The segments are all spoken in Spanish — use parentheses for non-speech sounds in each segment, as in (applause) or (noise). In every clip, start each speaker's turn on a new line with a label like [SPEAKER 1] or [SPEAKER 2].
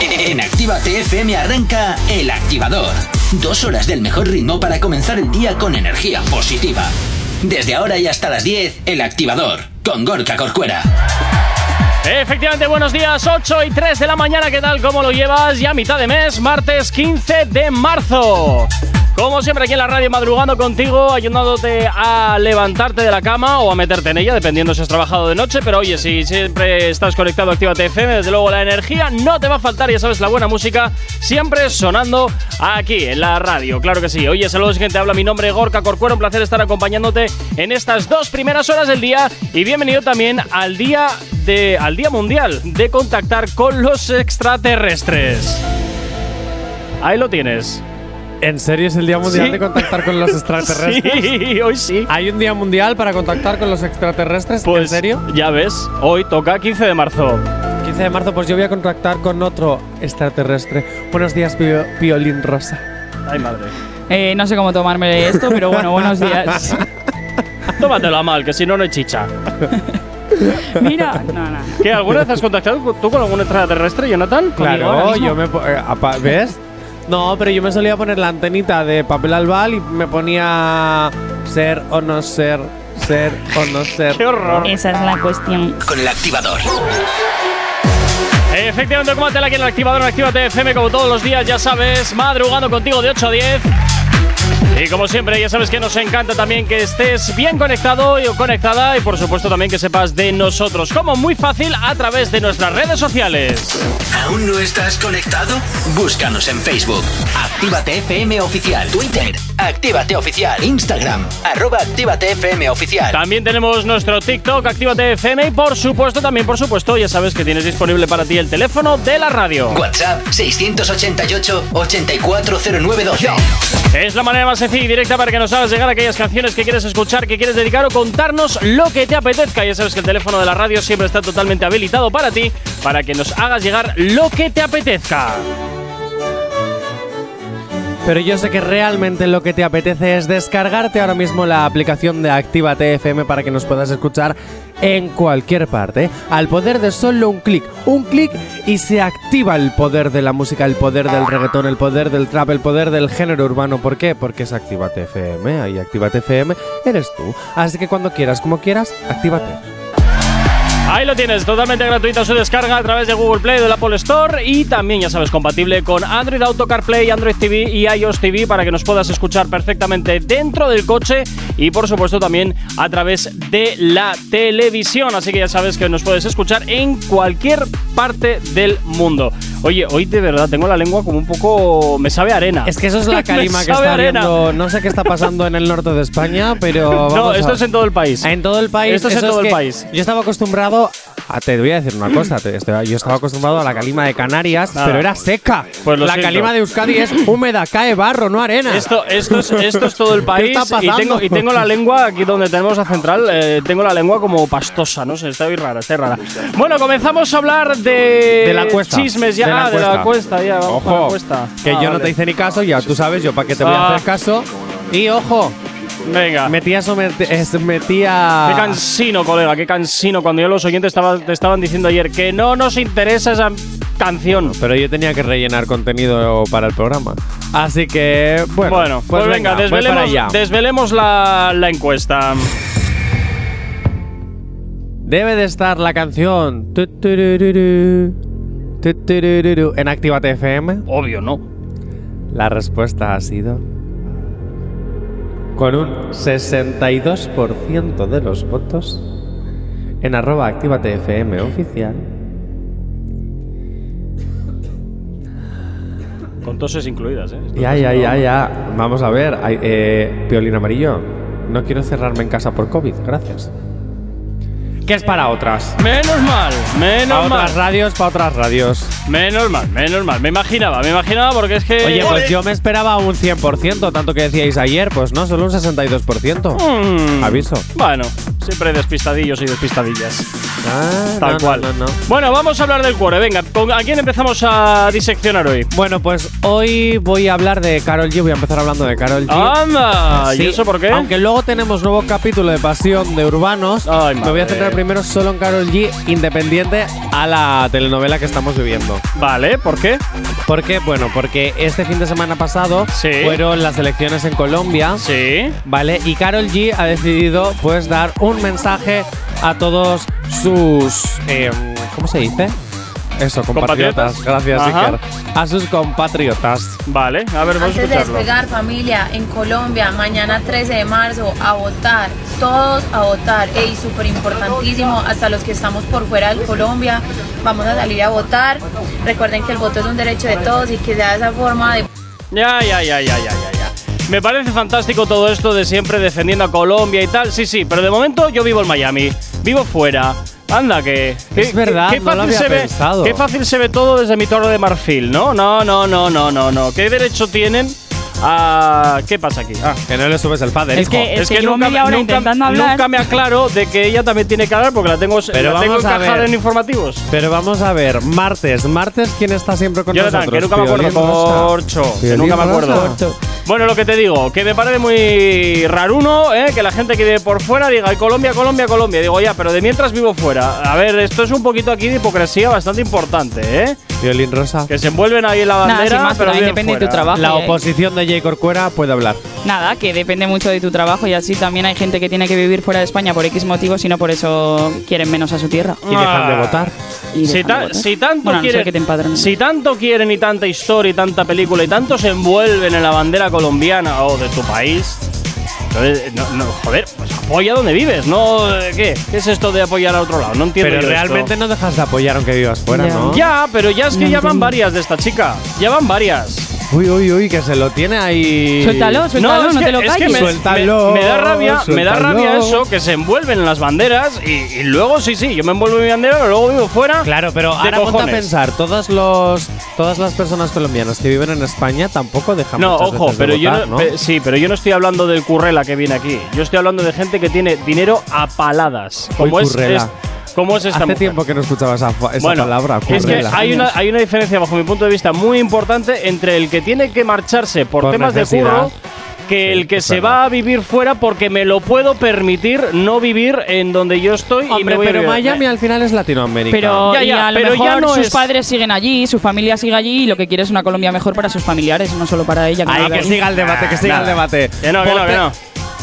[SPEAKER 1] En Activa TFM arranca El Activador. Dos horas del mejor ritmo para comenzar el día con energía positiva. Desde ahora y hasta las 10, El Activador, con Gorka Corcuera.
[SPEAKER 2] Efectivamente, buenos días, 8 y 3 de la mañana, ¿qué tal? ¿Cómo lo llevas? Ya mitad de mes, martes 15 de marzo. Como siempre aquí en la radio madrugando contigo, ayudándote a levantarte de la cama o a meterte en ella, dependiendo si has trabajado de noche, pero oye, si siempre estás conectado a Actívate FM, desde luego la energía no te va a faltar, ya sabes, la buena música siempre sonando aquí en la radio, claro que sí. Oye, saludos gente, habla mi nombre Gorka Corcuero, un placer estar acompañándote en estas dos primeras horas del día y bienvenido también al día de al Día Mundial de contactar con los extraterrestres. Ahí lo tienes.
[SPEAKER 3] ¿En serio es el Día Mundial
[SPEAKER 2] Sí.
[SPEAKER 3] de contactar con (laughs) los extraterrestres?
[SPEAKER 2] (laughs) Sí, hoy sí.
[SPEAKER 3] ¿Hay un Día Mundial para contactar con los extraterrestres? ¿En
[SPEAKER 2] Pues,
[SPEAKER 3] serio?
[SPEAKER 2] Ya ves, hoy toca 15 de marzo.
[SPEAKER 3] 15 de marzo, pues yo voy a contactar con otro extraterrestre. Buenos días, Pio- Piolín Rosa.
[SPEAKER 2] Ay, madre.
[SPEAKER 4] Eh, no sé cómo tomarme esto, pero bueno, buenos días. (laughs)
[SPEAKER 2] Tómatelo a mal, que si no, no hay chicha.
[SPEAKER 4] Mira, no, no. no.
[SPEAKER 2] ¿Qué, alguna vez has contactado con- tú con algún extraterrestre, Jonathan?
[SPEAKER 4] ahora
[SPEAKER 3] Claro,
[SPEAKER 4] mismo.
[SPEAKER 3] yo me. po- eh, apa- ¿Ves? No, pero yo me solía poner la antenita de papel albal y me ponía ser o no ser, ser o no (laughs) ser.
[SPEAKER 2] ¡Qué horror!
[SPEAKER 4] Esa es la cuestión.
[SPEAKER 1] Con El Activador.
[SPEAKER 2] Eh, Efectivamente, como te la aquí en el activador en Actívate FM, como todos los días, ya sabes, madrugando contigo de 8 a 10. Y como siempre, ya sabes que nos encanta también que estés bien conectado y o conectada y por supuesto también que sepas de nosotros, como muy fácil a través de nuestras redes sociales.
[SPEAKER 1] ¿Aún no estás conectado? Búscanos en Facebook. Actívate FM Oficial. Twitter. Actívate Oficial. Instagram. Arroba Actívate FM Oficial.
[SPEAKER 2] También tenemos nuestro TikTok, Actívate FM y por supuesto, también por supuesto, ya sabes que tienes disponible para ti el teléfono de la radio.
[SPEAKER 1] WhatsApp 688 840912.
[SPEAKER 2] Es la manera más sencilla y directa para que nos hagas llegar aquellas canciones que quieres escuchar, que quieres dedicar o contarnos lo que te apetezca. Ya sabes que el teléfono de la radio siempre está totalmente habilitado para ti, para que nos hagas llegar lo que te apetezca.
[SPEAKER 3] Pero yo sé que realmente lo que te apetece es descargarte ahora mismo la aplicación de Actívate FM para que nos puedas escuchar en cualquier parte. Al poder de solo un clic, un clic y se activa el poder de la música, el poder del reggaetón, el poder del trap, el poder del género urbano. ¿Por qué? Porque es Actívate FM. Ahí Actívate FM eres tú. Así que cuando quieras, como quieras, actívate.
[SPEAKER 2] Ahí lo tienes, totalmente gratuita su descarga a través de Google Play, del Apple Store y también, ya sabes, compatible con Android Auto CarPlay, Android TV y iOS TV para que nos puedas escuchar perfectamente dentro del coche y, por supuesto, también a través de la televisión. Así que ya sabes que nos puedes escuchar en cualquier parte del mundo. Oye, hoy de verdad tengo la lengua como un poco... me sabe a arena.
[SPEAKER 3] Es que eso es
[SPEAKER 2] (laughs)
[SPEAKER 3] la
[SPEAKER 2] Me
[SPEAKER 3] calima que
[SPEAKER 2] sabe a
[SPEAKER 3] está
[SPEAKER 2] arena.
[SPEAKER 3] viendo. No sé qué está pasando en el norte de España, pero.
[SPEAKER 2] (laughs) No,
[SPEAKER 3] vamos a
[SPEAKER 2] esto
[SPEAKER 3] ver.
[SPEAKER 2] es en todo el país.
[SPEAKER 3] En todo el país.
[SPEAKER 2] Esto es en
[SPEAKER 3] eso
[SPEAKER 2] todo el
[SPEAKER 3] que
[SPEAKER 2] país.
[SPEAKER 3] Yo estaba acostumbrado. A, te voy a decir una cosa. te- estoy- yo estaba acostumbrado a la calima de Canarias,
[SPEAKER 2] Nada.
[SPEAKER 3] pero era seca.
[SPEAKER 2] Pues lo
[SPEAKER 3] la
[SPEAKER 2] siento.
[SPEAKER 3] calima de Euskadi es húmeda, cae barro, no arena.
[SPEAKER 2] Esto, esto, es, esto es todo el
[SPEAKER 3] (laughs) ¿Qué
[SPEAKER 2] país
[SPEAKER 3] está
[SPEAKER 2] y,
[SPEAKER 3] pasando?
[SPEAKER 2] tengo, y tengo la lengua aquí donde tenemos la central, eh, tengo la lengua como pastosa, no sé, está muy rara, está rara. Bueno, comenzamos a hablar de,
[SPEAKER 3] de la cuesta.
[SPEAKER 2] chismes ya, ah, de la cuesta, ya, vamos con
[SPEAKER 3] Ojo,
[SPEAKER 2] la cuesta.
[SPEAKER 3] que
[SPEAKER 2] Ah,
[SPEAKER 3] yo no
[SPEAKER 2] vale.
[SPEAKER 3] te hice ni caso, ya tú sabes, yo para qué te voy
[SPEAKER 2] Ah.
[SPEAKER 3] a hacer caso. Y ojo,
[SPEAKER 2] Venga.
[SPEAKER 3] metía somete- es- metía.
[SPEAKER 2] Qué cansino, colega, qué cansino. Cuando yo los oyentes estaba- te estaban diciendo ayer que no nos interesa esa canción.
[SPEAKER 3] Pero yo tenía que rellenar contenido para el programa. Así que, bueno.
[SPEAKER 2] Bueno, pues, venga,
[SPEAKER 3] voy para allá.
[SPEAKER 2] desvelemos, desvelemos la, la encuesta.
[SPEAKER 3] Debe de estar la canción tu, turururu, tu, turururu, en Actívate FM.
[SPEAKER 2] Obvio, ¿no?
[SPEAKER 3] La respuesta ha sido con un 62% de los votos en arroba Actívate FM oficial.
[SPEAKER 2] Con toses incluidas, ¿eh?
[SPEAKER 3] Ya, ya, ya, ya. Vamos a ver. ay, eh, Piolín Amarillo, no quiero cerrarme en casa por COVID. Gracias. ¿Qué es para otras?
[SPEAKER 2] Menos mal,
[SPEAKER 3] Para
[SPEAKER 2] menos mal.
[SPEAKER 3] otras radios, para otras radios.
[SPEAKER 2] Menos mal, menos mal. Me imaginaba, me imaginaba porque es que.
[SPEAKER 3] Oye, pues yo me esperaba un 100%, tanto que decíais ayer, pues no, solo un 62%.
[SPEAKER 2] Mm.
[SPEAKER 3] Aviso.
[SPEAKER 2] Bueno, Siempre despistadillos y despistadillas.
[SPEAKER 3] Ah,
[SPEAKER 2] Tal
[SPEAKER 3] no, no,
[SPEAKER 2] cual.
[SPEAKER 3] no, no.
[SPEAKER 2] Bueno, vamos a hablar del cuore. Venga, ¿con- ¿a quién empezamos a diseccionar hoy?
[SPEAKER 3] Bueno, pues hoy voy a hablar de Carol G. Voy a empezar hablando de Carol G.
[SPEAKER 2] ¡Anda!
[SPEAKER 3] Sí,
[SPEAKER 2] Ah, ¿Y eso por qué?
[SPEAKER 3] Aunque luego tenemos nuevo capítulo de Pasión de Urbanos,
[SPEAKER 2] Ay,
[SPEAKER 3] me voy
[SPEAKER 2] madre.
[SPEAKER 3] a centrar primero solo en Carol G, independiente a la telenovela que estamos viviendo.
[SPEAKER 2] Vale, ¿por qué?
[SPEAKER 3] ¿Por qué? Bueno, porque este fin de semana pasado
[SPEAKER 2] Sí.
[SPEAKER 3] fueron las elecciones en Colombia.
[SPEAKER 2] Sí.
[SPEAKER 3] ¿vale? Y Carol G ha decidido pues dar un mensaje a todos sus em, ¿cómo se dice? Eso, compatriotas.
[SPEAKER 2] Compatriotas.
[SPEAKER 3] Gracias,
[SPEAKER 2] Ajá.
[SPEAKER 3] Iker. A sus compatriotas.
[SPEAKER 2] Vale, a ver, vamos a
[SPEAKER 5] Antes de
[SPEAKER 2] escucharlo.
[SPEAKER 5] despegar, familia, en Colombia, mañana 13 de marzo, a votar, todos a votar. Ey, súper importantísimo, hasta los que estamos por fuera de Colombia, vamos a salir a votar. Recuerden que el voto es un derecho de todos y que sea de esa forma de
[SPEAKER 2] Ya, ya, ya, ya, ya, ya, ya. Me parece fantástico todo esto de siempre defendiendo a Colombia y tal. Sí, sí, pero de momento yo vivo en Miami, vivo fuera. Anda, que.
[SPEAKER 3] Es
[SPEAKER 2] que-
[SPEAKER 3] verdad,
[SPEAKER 2] que
[SPEAKER 3] no lo había
[SPEAKER 2] se ve,
[SPEAKER 3] pensado.
[SPEAKER 2] Qué fácil se ve todo desde mi torre de marfil, ¿no? No, no, no, no, no, no. ¿Qué derecho tienen a. ¿Qué pasa aquí? Ah.
[SPEAKER 3] Que no le subes el padre,
[SPEAKER 4] Eh, Es que- que llevo media hora intentando hablar.
[SPEAKER 2] nunca me aclaro de que ella también tiene que hablar porque la tengo,
[SPEAKER 3] Pero
[SPEAKER 2] la tengo
[SPEAKER 3] vamos a
[SPEAKER 2] encajada
[SPEAKER 3] ver.
[SPEAKER 2] en informativos.
[SPEAKER 3] Pero vamos a ver, martes. Martes, ¿quién está siempre con
[SPEAKER 2] Jonathan,
[SPEAKER 3] nosotros?
[SPEAKER 2] que nunca me acuerdo.
[SPEAKER 3] Piolín Rosa.
[SPEAKER 2] Corcho, que
[SPEAKER 3] Piolín
[SPEAKER 2] nunca me acuerdo.
[SPEAKER 3] Rosa.
[SPEAKER 2] Bueno, lo que te digo, que me parece muy raruno ¿eh? que la gente que vive por fuera diga "Ay, Colombia, Colombia, Colombia. Digo, ya, pero de mientras vivo fuera. A ver, esto es un poquito aquí de hipocresía bastante importante, ¿eh?
[SPEAKER 3] Piolín Rosa.
[SPEAKER 2] Que se envuelven ahí en la
[SPEAKER 4] Nada,
[SPEAKER 2] bandera,
[SPEAKER 4] sin más,
[SPEAKER 2] pero
[SPEAKER 4] pero también
[SPEAKER 2] viven
[SPEAKER 4] depende de tu
[SPEAKER 2] fuera.
[SPEAKER 4] trabajo.
[SPEAKER 3] La
[SPEAKER 4] y hay-
[SPEAKER 3] oposición de J. Corcuera puede hablar.
[SPEAKER 4] Nada, que depende mucho de tu trabajo y así también hay gente que tiene que vivir fuera de España por X motivos y no por eso quieren menos a su tierra.
[SPEAKER 3] Y dejan de
[SPEAKER 2] Ah.
[SPEAKER 3] votar.
[SPEAKER 4] Y
[SPEAKER 2] Si,
[SPEAKER 4] dejan
[SPEAKER 2] ta-
[SPEAKER 4] de votar.
[SPEAKER 2] si tanto
[SPEAKER 4] Bueno, a no ser
[SPEAKER 2] quieren,
[SPEAKER 4] que te empadronen.
[SPEAKER 2] si tanto quieren y tanta historia y tanta película y tanto se envuelven en la bandera colombiana o de tu país, entonces, no, no, joder, pues apoya donde vives, ¿no? eh, ¿Qué? ¿Qué es esto de apoyar a otro lado? No entiendo.
[SPEAKER 3] Pero
[SPEAKER 2] yo esto.
[SPEAKER 3] realmente no dejas de apoyar aunque vivas fuera,
[SPEAKER 4] Ya.
[SPEAKER 3] ¿no?
[SPEAKER 2] Ya, pero ya es que
[SPEAKER 4] No
[SPEAKER 2] ya van
[SPEAKER 4] entiendo.
[SPEAKER 2] varias de esta chica. Ya van varias.
[SPEAKER 3] Uy, uy, uy, que se lo tiene ahí.
[SPEAKER 4] Suéltalo, suéltalo, no,
[SPEAKER 2] es que,
[SPEAKER 4] te lo
[SPEAKER 2] es que
[SPEAKER 4] calles.
[SPEAKER 2] me,
[SPEAKER 3] Suéltalo,
[SPEAKER 2] me- me da rabia, me da
[SPEAKER 3] suéltalo.
[SPEAKER 2] rabia eso, que se envuelven en las banderas y, y luego sí, sí, yo me envuelvo en mi bandera, pero luego vivo fuera.
[SPEAKER 3] Claro, pero
[SPEAKER 2] de
[SPEAKER 3] ahora ponte a
[SPEAKER 2] cojones.
[SPEAKER 3] pensar, todas los todas las personas colombianas que viven en España tampoco dejan
[SPEAKER 2] No,
[SPEAKER 3] muchas
[SPEAKER 2] ojo,
[SPEAKER 3] veces de
[SPEAKER 2] pero yo
[SPEAKER 3] votar,
[SPEAKER 2] no,
[SPEAKER 3] ¿no?
[SPEAKER 2] pe- sí, pero yo no estoy hablando del currela que viene aquí. Yo estoy hablando de gente que tiene dinero a paladas. Como es,
[SPEAKER 3] currela.
[SPEAKER 2] es- como es esta
[SPEAKER 3] Hace
[SPEAKER 2] mujer.
[SPEAKER 3] tiempo que no escuchaba esa, fa- esa
[SPEAKER 2] bueno,
[SPEAKER 3] palabra,
[SPEAKER 2] es que
[SPEAKER 3] currela.
[SPEAKER 2] hay una, hay una diferencia, bajo mi punto de vista, muy importante entre el que tiene que marcharse por,
[SPEAKER 3] Por
[SPEAKER 2] temas de
[SPEAKER 3] necesidad.
[SPEAKER 2] curro que
[SPEAKER 3] Sí,
[SPEAKER 2] el que
[SPEAKER 3] es
[SPEAKER 2] se
[SPEAKER 3] verdad.
[SPEAKER 2] va a vivir fuera porque me lo puedo permitir no vivir en donde yo estoy y me
[SPEAKER 3] Hombre,
[SPEAKER 2] voy a
[SPEAKER 3] pero eh,
[SPEAKER 2] vivir-
[SPEAKER 3] Miami al final es Latinoamérica.
[SPEAKER 4] Pero,
[SPEAKER 2] Ya,
[SPEAKER 4] y
[SPEAKER 2] ya,
[SPEAKER 4] a lo
[SPEAKER 2] pero ya
[SPEAKER 4] mejor
[SPEAKER 2] no
[SPEAKER 4] sus
[SPEAKER 2] es-
[SPEAKER 4] padres siguen allí, su familia sigue allí y lo que quiere es una Colombia mejor para sus familiares, no solo para ella.
[SPEAKER 3] Ahí,
[SPEAKER 4] no
[SPEAKER 3] que
[SPEAKER 4] la-
[SPEAKER 3] siga el debate, que siga
[SPEAKER 2] Nada.
[SPEAKER 3] el debate.
[SPEAKER 2] Que no, que no, que no.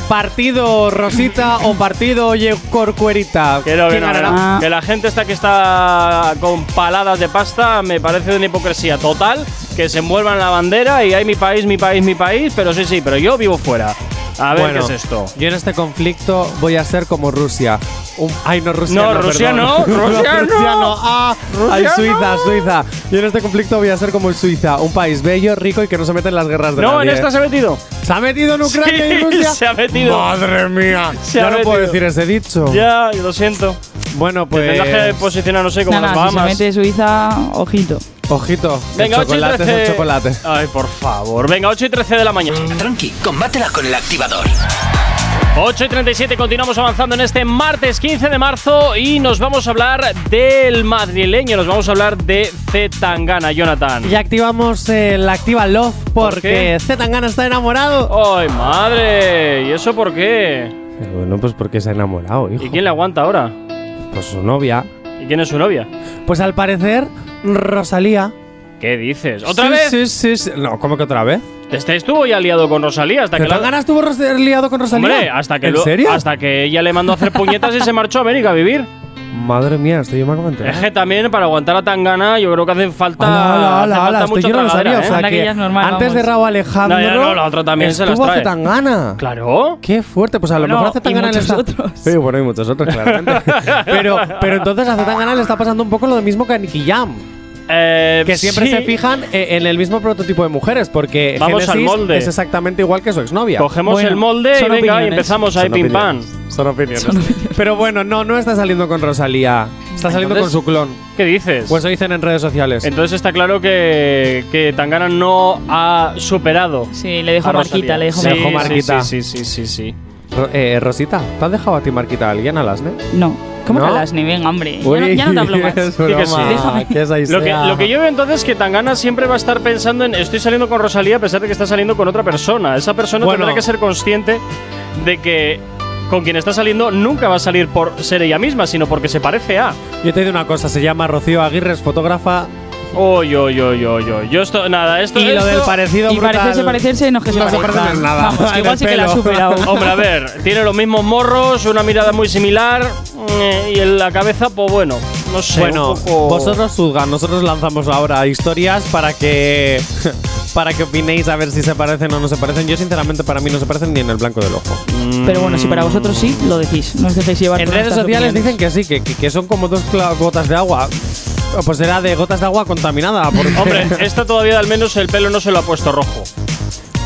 [SPEAKER 3] Partido Rosita o partido Oye Corcuerita.
[SPEAKER 2] Que no, que
[SPEAKER 3] ¿Quién
[SPEAKER 2] no, que
[SPEAKER 3] ganará?
[SPEAKER 2] no.
[SPEAKER 4] Ah.
[SPEAKER 2] Que la gente esta que está con paladas de pasta me parece de una hipocresía total, que se envuelvan en la bandera y hay mi país, mi país, mi país, pero sí, sí, pero yo vivo fuera. A ver
[SPEAKER 3] Bueno,
[SPEAKER 2] qué es esto.
[SPEAKER 3] Yo en este conflicto voy a ser como Rusia. Un- ay, no, Rusia
[SPEAKER 2] No,
[SPEAKER 3] (laughs) no.
[SPEAKER 2] Rusia
[SPEAKER 3] perdón.
[SPEAKER 2] no, Rusia
[SPEAKER 3] Rusia
[SPEAKER 2] no.
[SPEAKER 3] no. Ah, ay, Suiza, Suiza. Yo en este conflicto voy a ser como Suiza, un país bello, rico y que no se mete en las guerras de
[SPEAKER 2] No, en
[SPEAKER 3] nadie.
[SPEAKER 2] esta se ha metido.
[SPEAKER 3] ¿Se ha metido en Ucrania
[SPEAKER 2] (laughs)
[SPEAKER 3] y
[SPEAKER 2] Sí,
[SPEAKER 3] Rusia?
[SPEAKER 2] se ha metido.
[SPEAKER 3] ¡Madre mía!
[SPEAKER 2] Se
[SPEAKER 3] Yo
[SPEAKER 2] ha
[SPEAKER 3] no puedo
[SPEAKER 2] metido.
[SPEAKER 3] decir ese dicho.
[SPEAKER 2] Ya, lo siento.
[SPEAKER 3] Bueno,
[SPEAKER 2] Tendrás que
[SPEAKER 3] pues…
[SPEAKER 2] posicionar, no sé, como
[SPEAKER 4] Nada,
[SPEAKER 2] las
[SPEAKER 4] si se
[SPEAKER 2] Bahamas.
[SPEAKER 4] mete Suiza,
[SPEAKER 2] (laughs)
[SPEAKER 4] ojito.
[SPEAKER 3] Ojito,
[SPEAKER 2] Venga, 8
[SPEAKER 3] el
[SPEAKER 2] y
[SPEAKER 3] chocolate es
[SPEAKER 2] 13.
[SPEAKER 3] el chocolate.
[SPEAKER 2] Ay, por favor. Venga, 8 y 13 de la mañana.
[SPEAKER 1] Tranqui, combátela con el activador.
[SPEAKER 2] 8 y 37, continuamos avanzando en este martes 15 de marzo y nos vamos a hablar del madrileño, nos vamos a hablar de C. Tangana, Jonathan.
[SPEAKER 3] Y activamos el Activa Love
[SPEAKER 2] qué?
[SPEAKER 3] porque Z Tangana está enamorado.
[SPEAKER 2] ¡Ay, madre! ¿Y eso por qué?
[SPEAKER 3] Bueno, pues porque se ha enamorado, hijo.
[SPEAKER 2] ¿Y quién le aguanta ahora?
[SPEAKER 3] Pues su novia.
[SPEAKER 2] ¿Y quién es su novia?
[SPEAKER 3] Pues al parecer, Rosalía.
[SPEAKER 2] ¿Qué dices? ¿Otra
[SPEAKER 3] Sí,
[SPEAKER 2] vez?
[SPEAKER 3] Sí, sí, sí. No, ¿cómo que otra vez?
[SPEAKER 2] Te este estuvo ya liado con Rosalía hasta que
[SPEAKER 3] ¿Te
[SPEAKER 2] la-
[SPEAKER 3] tan ganas tuvo Ros- liado con Rosalía?
[SPEAKER 2] Hombre, hasta que
[SPEAKER 3] ¿En
[SPEAKER 2] lo-
[SPEAKER 3] serio?
[SPEAKER 2] hasta que ella le mandó a hacer puñetas y se marchó a América a vivir.
[SPEAKER 3] Madre mía, estoy yo me acabo de
[SPEAKER 2] Es
[SPEAKER 3] enterar.
[SPEAKER 2] que también para aguantar a Tangana yo creo que hacen falta
[SPEAKER 3] Ala,
[SPEAKER 2] hace
[SPEAKER 3] ala,
[SPEAKER 2] falta
[SPEAKER 3] ala, esto
[SPEAKER 2] mucho
[SPEAKER 3] yo no lo
[SPEAKER 2] tragadera,
[SPEAKER 3] sabía. O
[SPEAKER 2] ¿eh?
[SPEAKER 3] sea,
[SPEAKER 4] Anda que
[SPEAKER 3] que
[SPEAKER 4] ya es normal,
[SPEAKER 3] antes de
[SPEAKER 4] vamos.
[SPEAKER 3] Raúl Alejandro.
[SPEAKER 2] No, ya no, la otra también se las
[SPEAKER 3] estuvo
[SPEAKER 2] trae.
[SPEAKER 3] Zetangana.
[SPEAKER 2] Claro.
[SPEAKER 3] Qué fuerte, pues a lo
[SPEAKER 4] Bueno,
[SPEAKER 3] mejor a Zetangana
[SPEAKER 4] y
[SPEAKER 3] le está.
[SPEAKER 4] muchos otros.
[SPEAKER 3] Sí, bueno, y muchos otros,
[SPEAKER 2] (laughs)
[SPEAKER 3] claramente. pero, pero entonces a Zetangana le está pasando un poco lo mismo que a Nicky Jam.
[SPEAKER 2] Eh,
[SPEAKER 3] Que siempre
[SPEAKER 2] sí.
[SPEAKER 3] se fijan eh, en el mismo prototipo de mujeres, porque
[SPEAKER 2] Vamos al
[SPEAKER 3] Genesis
[SPEAKER 2] molde.
[SPEAKER 3] es exactamente igual que su exnovia.
[SPEAKER 2] Cogemos
[SPEAKER 4] Bueno,
[SPEAKER 2] el molde y
[SPEAKER 4] son
[SPEAKER 2] venga y
[SPEAKER 4] opiniones.
[SPEAKER 2] empezamos ahí
[SPEAKER 3] Son
[SPEAKER 2] pim pam.
[SPEAKER 3] opiniones. Son opiniones. Pero bueno, no, no está saliendo con Rosalía. Está saliendo
[SPEAKER 2] Entonces-
[SPEAKER 3] con su clon.
[SPEAKER 2] ¿Qué dices?
[SPEAKER 3] Pues lo dicen en redes sociales.
[SPEAKER 2] Entonces está claro que, que Tangana no ha superado
[SPEAKER 4] Sí, le dejo
[SPEAKER 2] a Rosalía.
[SPEAKER 4] marquita, le dejo
[SPEAKER 2] Sí,
[SPEAKER 3] marquita.
[SPEAKER 2] Sí, sí, sí, sí, sí.
[SPEAKER 3] Ro- eh, Rosita, ¿te has dejado a ti marquita a alguien al asne?
[SPEAKER 4] No. ¿Cómo
[SPEAKER 3] ¿No?
[SPEAKER 4] que hablas? Ni venga, hombre. Ya no,
[SPEAKER 3] Uy,
[SPEAKER 4] ya no te hablo más.
[SPEAKER 3] (laughs) es
[SPEAKER 2] que
[SPEAKER 3] broma,
[SPEAKER 2] sí.
[SPEAKER 4] Déjame.
[SPEAKER 3] que es ahí
[SPEAKER 2] Lo que,
[SPEAKER 3] sea.
[SPEAKER 2] lo que yo veo entonces es que Tangana siempre va a estar pensando en estoy saliendo con Rosalía a pesar de que está saliendo con otra persona. Esa persona
[SPEAKER 3] Bueno.
[SPEAKER 2] tendrá que ser consciente de que con quien está saliendo nunca va a salir por ser ella misma, sino porque se parece a.
[SPEAKER 3] Yo te digo una cosa, se llama Rocío Aguirre, es fotógrafa.
[SPEAKER 2] Oy, oy, oy, oy, oy. Yo esto, nada, esto
[SPEAKER 3] Y lo
[SPEAKER 2] esto-
[SPEAKER 3] del parecido
[SPEAKER 4] Y
[SPEAKER 3] brutal.
[SPEAKER 4] parecerse, parecerse, no es que se
[SPEAKER 3] No se
[SPEAKER 4] parezcan.
[SPEAKER 3] parecen en nada.
[SPEAKER 4] Vamos,
[SPEAKER 3] En
[SPEAKER 4] que igual
[SPEAKER 3] el
[SPEAKER 4] sí que la ha
[SPEAKER 3] pelo.
[SPEAKER 4] superado.
[SPEAKER 2] Hombre, a ver, tiene los mismos morros, una mirada muy similar eh, y en la cabeza, pues bueno, no sé.
[SPEAKER 3] Bueno,
[SPEAKER 2] un poco-
[SPEAKER 3] vosotros juzgan, nosotros lanzamos ahora historias para que (laughs) para que opinéis a ver si se parecen o no se parecen. Yo sinceramente para mí no se parecen ni en el blanco del ojo.
[SPEAKER 4] Pero bueno, si para vosotros sí, lo decís. No os dejéis llevar
[SPEAKER 3] Mm. En
[SPEAKER 4] por
[SPEAKER 3] redes
[SPEAKER 4] nuestras
[SPEAKER 3] sociales dicen
[SPEAKER 4] opiniones.
[SPEAKER 3] que sí, que, que- que son como dos cla- gotas de agua. Pues será de gotas de agua contaminada.
[SPEAKER 2] (laughs)
[SPEAKER 3] porque-
[SPEAKER 2] Hombre, esta todavía al menos el pelo no se lo ha puesto rojo.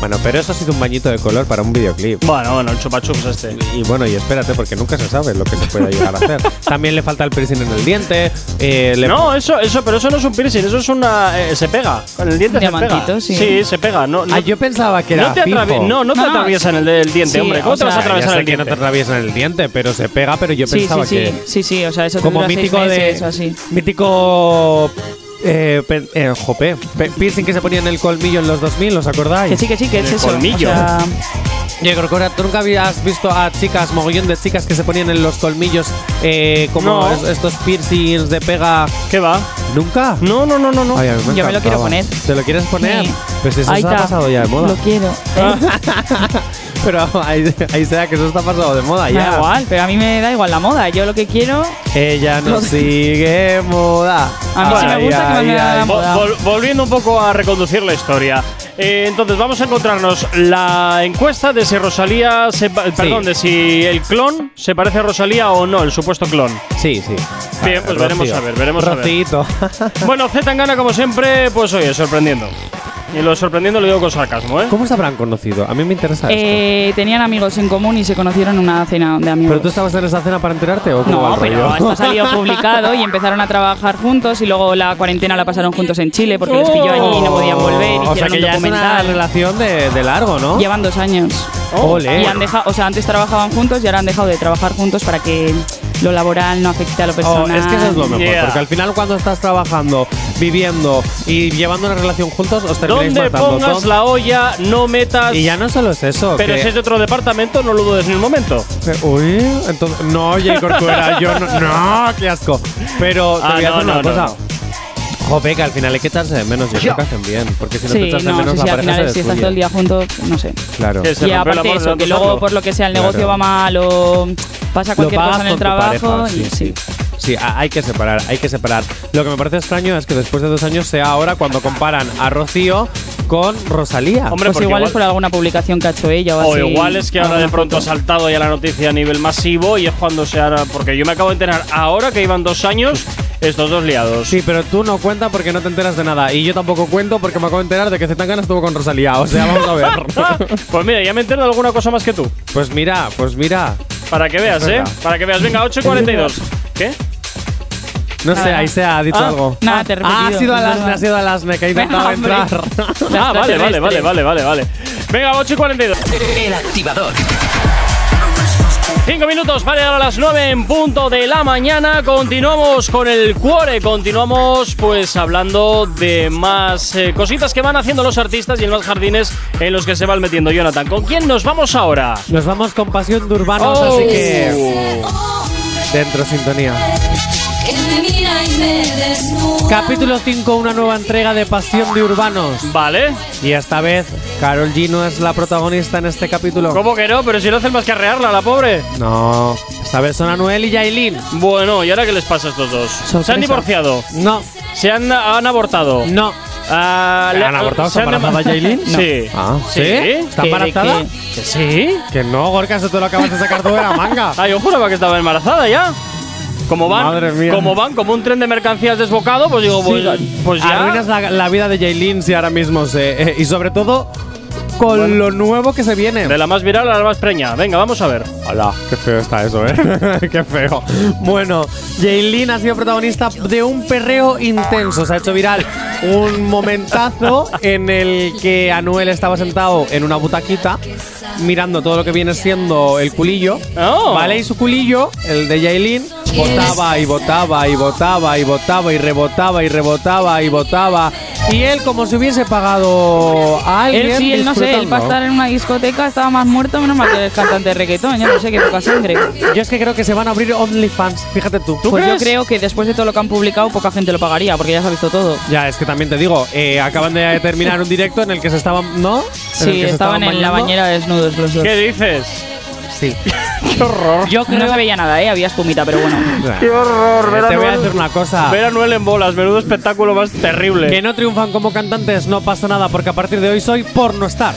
[SPEAKER 3] bueno, pero eso ha sido un bañito de color para un videoclip.
[SPEAKER 2] Bueno, bueno, el chupachups este.
[SPEAKER 3] Y bueno, y espérate, porque nunca se sabe lo que se puede llegar
[SPEAKER 2] (laughs)
[SPEAKER 3] a hacer. También le falta el piercing en el diente. eh, le-
[SPEAKER 2] No, eso, eso, pero eso no es un piercing, eso es una. eh, se pega. Con el diente se
[SPEAKER 4] Diamantito,
[SPEAKER 2] pega.
[SPEAKER 4] sí.
[SPEAKER 2] se pega. No, no,
[SPEAKER 3] Ah, yo pensaba que era
[SPEAKER 2] no te
[SPEAKER 3] fijo.
[SPEAKER 2] atravie- no, no te
[SPEAKER 4] No, no,
[SPEAKER 2] atraviesan el, el diente,
[SPEAKER 4] sí,
[SPEAKER 2] hombre. ¿Cómo
[SPEAKER 4] o
[SPEAKER 2] te vas a
[SPEAKER 4] sea, ya
[SPEAKER 2] atravesar
[SPEAKER 3] sé
[SPEAKER 2] el
[SPEAKER 3] que no
[SPEAKER 2] diente?
[SPEAKER 3] te atraviesan el diente, pero se pega, pero yo
[SPEAKER 4] Sí,
[SPEAKER 3] pensaba
[SPEAKER 4] sí,
[SPEAKER 3] que.
[SPEAKER 4] sí, sí, sí, o sea, eso te
[SPEAKER 3] como
[SPEAKER 4] dura seis
[SPEAKER 3] mítico de
[SPEAKER 4] meses o así.
[SPEAKER 3] mítico eh, pe- eh, jope, pe- piercing que se ponía en el colmillo en los 2000, ¿os acordáis?
[SPEAKER 4] Que sí, que sí, que
[SPEAKER 2] En
[SPEAKER 4] es
[SPEAKER 2] el
[SPEAKER 4] eso.
[SPEAKER 2] colmillo.
[SPEAKER 4] O sea,
[SPEAKER 3] Yo creo que ahora, ¿tú nunca habías visto a chicas, mogollón de chicas que se ponían en los colmillos eh, como
[SPEAKER 2] No.
[SPEAKER 3] es- estos piercings de pega?
[SPEAKER 2] ¿Qué va?
[SPEAKER 3] ¿Nunca?
[SPEAKER 2] No, no, no, no, no.
[SPEAKER 3] Ay, a mí
[SPEAKER 4] Yo me lo quiero
[SPEAKER 3] encantaba.
[SPEAKER 4] poner.
[SPEAKER 3] ¿Te lo quieres poner?
[SPEAKER 4] Sí.
[SPEAKER 3] Pues eso
[SPEAKER 4] ahí
[SPEAKER 3] se ha
[SPEAKER 4] está.
[SPEAKER 3] pasado ya de moda.
[SPEAKER 4] Lo quiero.
[SPEAKER 3] Ah, (laughs) Pero ahí, ahí sea que eso está pasado de moda
[SPEAKER 4] Eh, Me da
[SPEAKER 3] ya.
[SPEAKER 4] igual, pero a mí me da igual la moda. Yo lo que quiero.
[SPEAKER 3] Ah,
[SPEAKER 4] (laughs)
[SPEAKER 3] Ella no sigue moda.
[SPEAKER 4] A mí sí me
[SPEAKER 3] Ay,
[SPEAKER 4] gusta que
[SPEAKER 3] ay,
[SPEAKER 4] me hagan
[SPEAKER 3] ay.
[SPEAKER 2] Vol-
[SPEAKER 4] moda.
[SPEAKER 2] vol- volviendo un poco a reconducir la historia. Eh, entonces vamos a encontrarnos la encuesta de si Rosalía, se pa- perdón, de si el clon se parece a Rosalía o no, el supuesto clon.
[SPEAKER 3] Sí, sí.
[SPEAKER 2] Bien, pues veremos a ver, veremos a ver.
[SPEAKER 3] Rocito. (laughs)
[SPEAKER 2] Bueno, Z Tangana, como siempre, pues oye, sorprendiendo. Y lo sorprendiendo lo digo con sarcasmo, ¿eh?
[SPEAKER 3] ¿Cómo se habrán conocido? A mí me interesa esto.
[SPEAKER 4] Eh, tenían amigos en común y se conocieron en una cena de amigos.
[SPEAKER 3] ¿Pero tú estabas en esa cena para enterarte o cómo va
[SPEAKER 4] no,
[SPEAKER 3] el
[SPEAKER 4] pero
[SPEAKER 3] rollo?
[SPEAKER 4] esto ha
[SPEAKER 3] (laughs)
[SPEAKER 4] salido publicado y empezaron a trabajar juntos y luego la cuarentena la pasaron juntos en Chile porque les pilló allí y no podían volver. Hicieron
[SPEAKER 3] Oh. O sea que
[SPEAKER 4] un
[SPEAKER 3] ya es una
[SPEAKER 4] documental.
[SPEAKER 3] relación de, de largo, ¿no?
[SPEAKER 4] Llevan dos años.
[SPEAKER 3] Oh, Ole.
[SPEAKER 4] Y han dejado, o sea, antes trabajaban juntos y ahora han dejado de trabajar juntos para que lo laboral no afecte a lo
[SPEAKER 3] Oh,
[SPEAKER 4] personal.
[SPEAKER 3] es que eso es lo mejor,
[SPEAKER 2] Yeah.
[SPEAKER 3] porque al final cuando estás trabajando, viviendo y llevando una relación juntos, os termináis
[SPEAKER 2] Donde
[SPEAKER 3] matando.
[SPEAKER 2] pongas
[SPEAKER 3] Tom.
[SPEAKER 2] la olla, no metas.
[SPEAKER 3] Y ya no solo es eso.
[SPEAKER 2] Pero
[SPEAKER 3] que-
[SPEAKER 2] si es de otro departamento, no lo dudes ni un momento.
[SPEAKER 3] Pe- Uy, entonces. No, Jay Corcuera, yo no. No, qué asco. Pero te
[SPEAKER 2] Ah,
[SPEAKER 3] voy a
[SPEAKER 2] no,
[SPEAKER 3] hacer una
[SPEAKER 2] no, no,
[SPEAKER 3] cosa.
[SPEAKER 2] no.
[SPEAKER 3] Jope, que al final hay que echarse de menos. Yo creo que hacen bien. Porque si no te
[SPEAKER 4] Sí,
[SPEAKER 3] echas de
[SPEAKER 4] no,
[SPEAKER 3] menos,
[SPEAKER 4] sí, sí,
[SPEAKER 3] la
[SPEAKER 4] al
[SPEAKER 3] pareja se
[SPEAKER 4] final si estás todo el
[SPEAKER 3] destruye.
[SPEAKER 4] día juntos, no sé.
[SPEAKER 3] Claro.
[SPEAKER 2] Que se
[SPEAKER 4] y
[SPEAKER 2] rompió el
[SPEAKER 4] aparte
[SPEAKER 2] amor de
[SPEAKER 4] eso,
[SPEAKER 2] tanto
[SPEAKER 4] que luego
[SPEAKER 2] usarlo.
[SPEAKER 4] por lo que sea el negocio
[SPEAKER 3] Claro.
[SPEAKER 4] va mal o pasa
[SPEAKER 3] Lo
[SPEAKER 4] cualquier
[SPEAKER 3] pagas
[SPEAKER 4] cosa en el
[SPEAKER 3] con tu
[SPEAKER 4] trabajo
[SPEAKER 3] pareja,
[SPEAKER 4] y sí.
[SPEAKER 3] Sí, a- hay que separar, hay que separar. Lo que me parece extraño es que después de dos años sea ahora cuando comparan a Rocío con Rosalía.
[SPEAKER 2] Hombre,
[SPEAKER 4] Pues
[SPEAKER 2] porque
[SPEAKER 4] igual, es
[SPEAKER 2] igual-
[SPEAKER 4] por alguna publicación que ha hecho ella
[SPEAKER 3] Ah,
[SPEAKER 4] o,
[SPEAKER 2] O
[SPEAKER 4] así.
[SPEAKER 2] igual es que ahora de
[SPEAKER 4] Alguna
[SPEAKER 2] pronto ha
[SPEAKER 4] foto.
[SPEAKER 2] saltado ya la noticia a nivel masivo y es cuando se hará. Porque yo me acabo de enterar ahora que iban dos años estos dos liados.
[SPEAKER 3] Sí, pero tú no cuenta porque no te enteras de nada. Y yo tampoco cuento porque me acabo de enterar de que Zetangana estuvo con Rosalía. O sea, vamos a
[SPEAKER 2] Ah,
[SPEAKER 4] (laughs)
[SPEAKER 3] ver.
[SPEAKER 2] pues mira, ya me entero de alguna cosa más que tú.
[SPEAKER 3] pues mira, pues mira.
[SPEAKER 2] Para que veas, ¿eh?
[SPEAKER 3] verdad.
[SPEAKER 2] Para que veas. Venga, 8 y 42. ¿Qué?
[SPEAKER 3] No sé, ahí se ha dicho
[SPEAKER 2] Ah,
[SPEAKER 3] algo.
[SPEAKER 4] nada, te he
[SPEAKER 3] Ah, ha
[SPEAKER 4] repetido,
[SPEAKER 3] sido
[SPEAKER 4] es
[SPEAKER 3] Alasne,
[SPEAKER 4] verdad.
[SPEAKER 3] ha sido Alasne, que ha intentado
[SPEAKER 4] Hombre.
[SPEAKER 3] entrar.
[SPEAKER 2] Ah, vale,
[SPEAKER 4] (laughs)
[SPEAKER 2] vale,
[SPEAKER 4] extraterrestre.
[SPEAKER 2] vale, vale, vale, vale. Venga, 8 y 42.
[SPEAKER 1] El activador.
[SPEAKER 2] 5 minutos para llegar a las 9 en punto de la mañana. Continuamos con el cuore, continuamos pues hablando de más eh, cositas que van haciendo los artistas y en los jardines en los que se van metiendo. Jonathan, ¿con quién nos vamos ahora?
[SPEAKER 3] Nos vamos con pasión de urbanos,
[SPEAKER 2] Oh.
[SPEAKER 3] así que. Dentro, sintonía.
[SPEAKER 6] Que me mira y me desnuda.
[SPEAKER 3] Capítulo 5, una nueva entrega de Pasión de Urbanos.
[SPEAKER 2] Vale.
[SPEAKER 3] Y esta vez, Carol G no es la protagonista en este capítulo.
[SPEAKER 2] ¿Cómo que no? Pero si no hacen más que arrearla, la pobre.
[SPEAKER 3] No, esta vez son Anuel y Yailin.
[SPEAKER 2] Bueno, ¿y ahora qué les pasa a estos dos? Se han divorciado.
[SPEAKER 3] No,
[SPEAKER 2] Se han, han abortado.
[SPEAKER 3] no.
[SPEAKER 2] Ah, le-
[SPEAKER 3] ¿Han abortado?
[SPEAKER 2] se
[SPEAKER 3] ¿Está
[SPEAKER 2] han-
[SPEAKER 3] embarazada Yailin?
[SPEAKER 2] (laughs) Sí.
[SPEAKER 3] Ah, ¿sí? ¿Está
[SPEAKER 4] Que-
[SPEAKER 3] embarazada?
[SPEAKER 4] que-
[SPEAKER 2] ¿Que sí?
[SPEAKER 3] Que no, Gorka, eso te lo acabas de sacar tú de la manga.
[SPEAKER 2] (laughs) Ah, yo juraba que estaba embarazada ya. Como van,
[SPEAKER 3] Madre mía.
[SPEAKER 2] como van, como un tren de mercancías desbocado, pues digo, pues, pues ya.
[SPEAKER 3] Arruinas la, la vida de Jaylin si ahora mismo se. eh, y sobre todo, con lo nuevo que se viene.
[SPEAKER 2] De la más viral a la más preña. Venga, vamos a ver.
[SPEAKER 3] Hola, qué feo está eso, ¿eh? (laughs) qué feo. Bueno, Jaylin ha sido protagonista de un perreo intenso. Se ha hecho viral un momentazo en el que Anuel estaba sentado en una butaquita mirando todo lo que viene siendo el culillo.
[SPEAKER 2] Oh.
[SPEAKER 3] ¿Vale? Y su culillo, el de Jaylin, botaba y botaba y botaba y botaba y rebotaba y rebotaba y botaba. Y él como si hubiese pagado a alguien.
[SPEAKER 4] Él sí, él no sé, él para
[SPEAKER 3] disfrutando.
[SPEAKER 4] estar en una discoteca estaba más muerto, menos mal que el cantante de reggaetón, yo no sé qué poca sangre.
[SPEAKER 3] Yo es que creo que se van a abrir OnlyFans, fíjate tú.
[SPEAKER 4] Pues yo creo que después de todo lo que han publicado, poca gente lo pagaría, porque ya se ha visto todo.
[SPEAKER 3] Ya, es que también te digo, eh, acaban de terminar un directo en el que se estaban, ¿no? En el
[SPEAKER 4] Sí,
[SPEAKER 3] que se
[SPEAKER 4] estaban en la
[SPEAKER 3] bañando.
[SPEAKER 4] bañera desnudos los
[SPEAKER 3] Pues
[SPEAKER 4] dos.
[SPEAKER 2] ¿Qué dices?
[SPEAKER 3] Sí.
[SPEAKER 4] Yo no se veía nada, ¿eh? había espumita, pero bueno.
[SPEAKER 3] (laughs) Qué horror, eh, Te voy a decir una cosa.
[SPEAKER 2] Ver a Noel en bolas, menudo espectáculo más
[SPEAKER 3] Que
[SPEAKER 2] terrible.
[SPEAKER 3] no triunfan como cantantes no pasa nada, porque a partir de hoy soy porno star.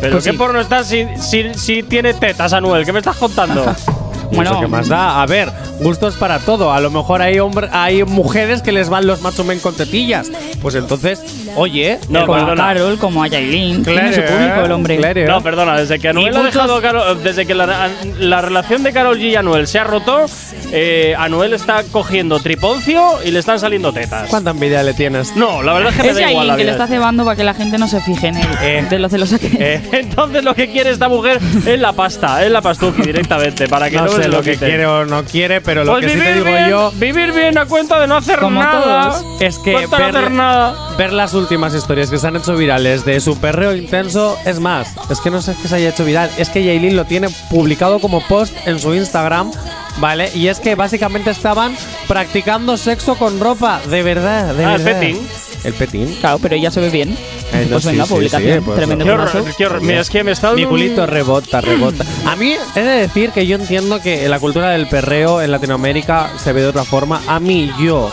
[SPEAKER 2] ¿Pero
[SPEAKER 3] Pues
[SPEAKER 2] qué
[SPEAKER 3] sí.
[SPEAKER 2] porno está si, si, si tiene tetas, Anuel? ¿Qué me estás contando?
[SPEAKER 3] (laughs) Eso,
[SPEAKER 4] Bueno,
[SPEAKER 3] ¿Qué más da? A ver, gustos para todo. A lo mejor hay hombre, hay mujeres que les van los macho men con tetillas. Pues entonces, oye, eh,
[SPEAKER 2] No,
[SPEAKER 4] como a
[SPEAKER 2] perdona.
[SPEAKER 4] Carol, como a Yailin, tiene su
[SPEAKER 3] Claro,
[SPEAKER 4] público el hombre.
[SPEAKER 3] claro.
[SPEAKER 2] No, perdona, desde que Anuel
[SPEAKER 4] Y
[SPEAKER 2] ha
[SPEAKER 4] muchos-
[SPEAKER 2] dejado a Karol- desde que la, la relación de Carol G y Anuel se ha roto, eh, Anuel está cogiendo triponcio y le están saliendo tetas.
[SPEAKER 3] ¿cuánta envidia le tienes?
[SPEAKER 2] No, la verdad es que me
[SPEAKER 4] Es
[SPEAKER 2] da igual
[SPEAKER 4] Yailin
[SPEAKER 2] la
[SPEAKER 4] que le
[SPEAKER 2] vida.
[SPEAKER 4] está cebando para que la gente no se fije en él,
[SPEAKER 2] Eh.
[SPEAKER 4] de lo celosa
[SPEAKER 2] (laughs)
[SPEAKER 4] que es.
[SPEAKER 2] Eh, entonces lo que quiere esta mujer es la pasta, es la pastuqui directamente, para que no,
[SPEAKER 3] No
[SPEAKER 2] se
[SPEAKER 3] sé lo que
[SPEAKER 2] quite.
[SPEAKER 3] quiere o no quiere, pero lo
[SPEAKER 2] Pues
[SPEAKER 3] que sí te
[SPEAKER 2] vivir
[SPEAKER 3] digo
[SPEAKER 2] bien,
[SPEAKER 3] yo
[SPEAKER 2] vivir bien a cuenta de no hacer
[SPEAKER 4] Como
[SPEAKER 2] nada.
[SPEAKER 4] todos.
[SPEAKER 3] Es que
[SPEAKER 2] Cuenta no
[SPEAKER 3] verle-
[SPEAKER 2] hacer nada.
[SPEAKER 3] ver las últimas historias que se han hecho virales de su perreo intenso es más. Es que no sé que se haya hecho viral. Es que Yailin lo tiene publicado como post en su Instagram, ¿vale? Y es que básicamente estaban practicando sexo con ropa. De verdad, de
[SPEAKER 2] Ah, el
[SPEAKER 3] verdad.
[SPEAKER 2] petín.
[SPEAKER 3] El petín.
[SPEAKER 4] Claro, pero ya se ve bien.
[SPEAKER 3] Eh, no,
[SPEAKER 4] pues
[SPEAKER 3] sí,
[SPEAKER 4] venga,
[SPEAKER 3] sí,
[SPEAKER 4] publicación,
[SPEAKER 3] sí, pues
[SPEAKER 4] tremendo
[SPEAKER 2] Qué horror,
[SPEAKER 4] plumazo.
[SPEAKER 2] qué horror. Mira, es que me está dando
[SPEAKER 3] Mi
[SPEAKER 2] un-
[SPEAKER 3] culito rebota, rebota. A mí he de decir que yo entiendo que la cultura del perreo en Latinoamérica se ve de otra forma. A mí, yo,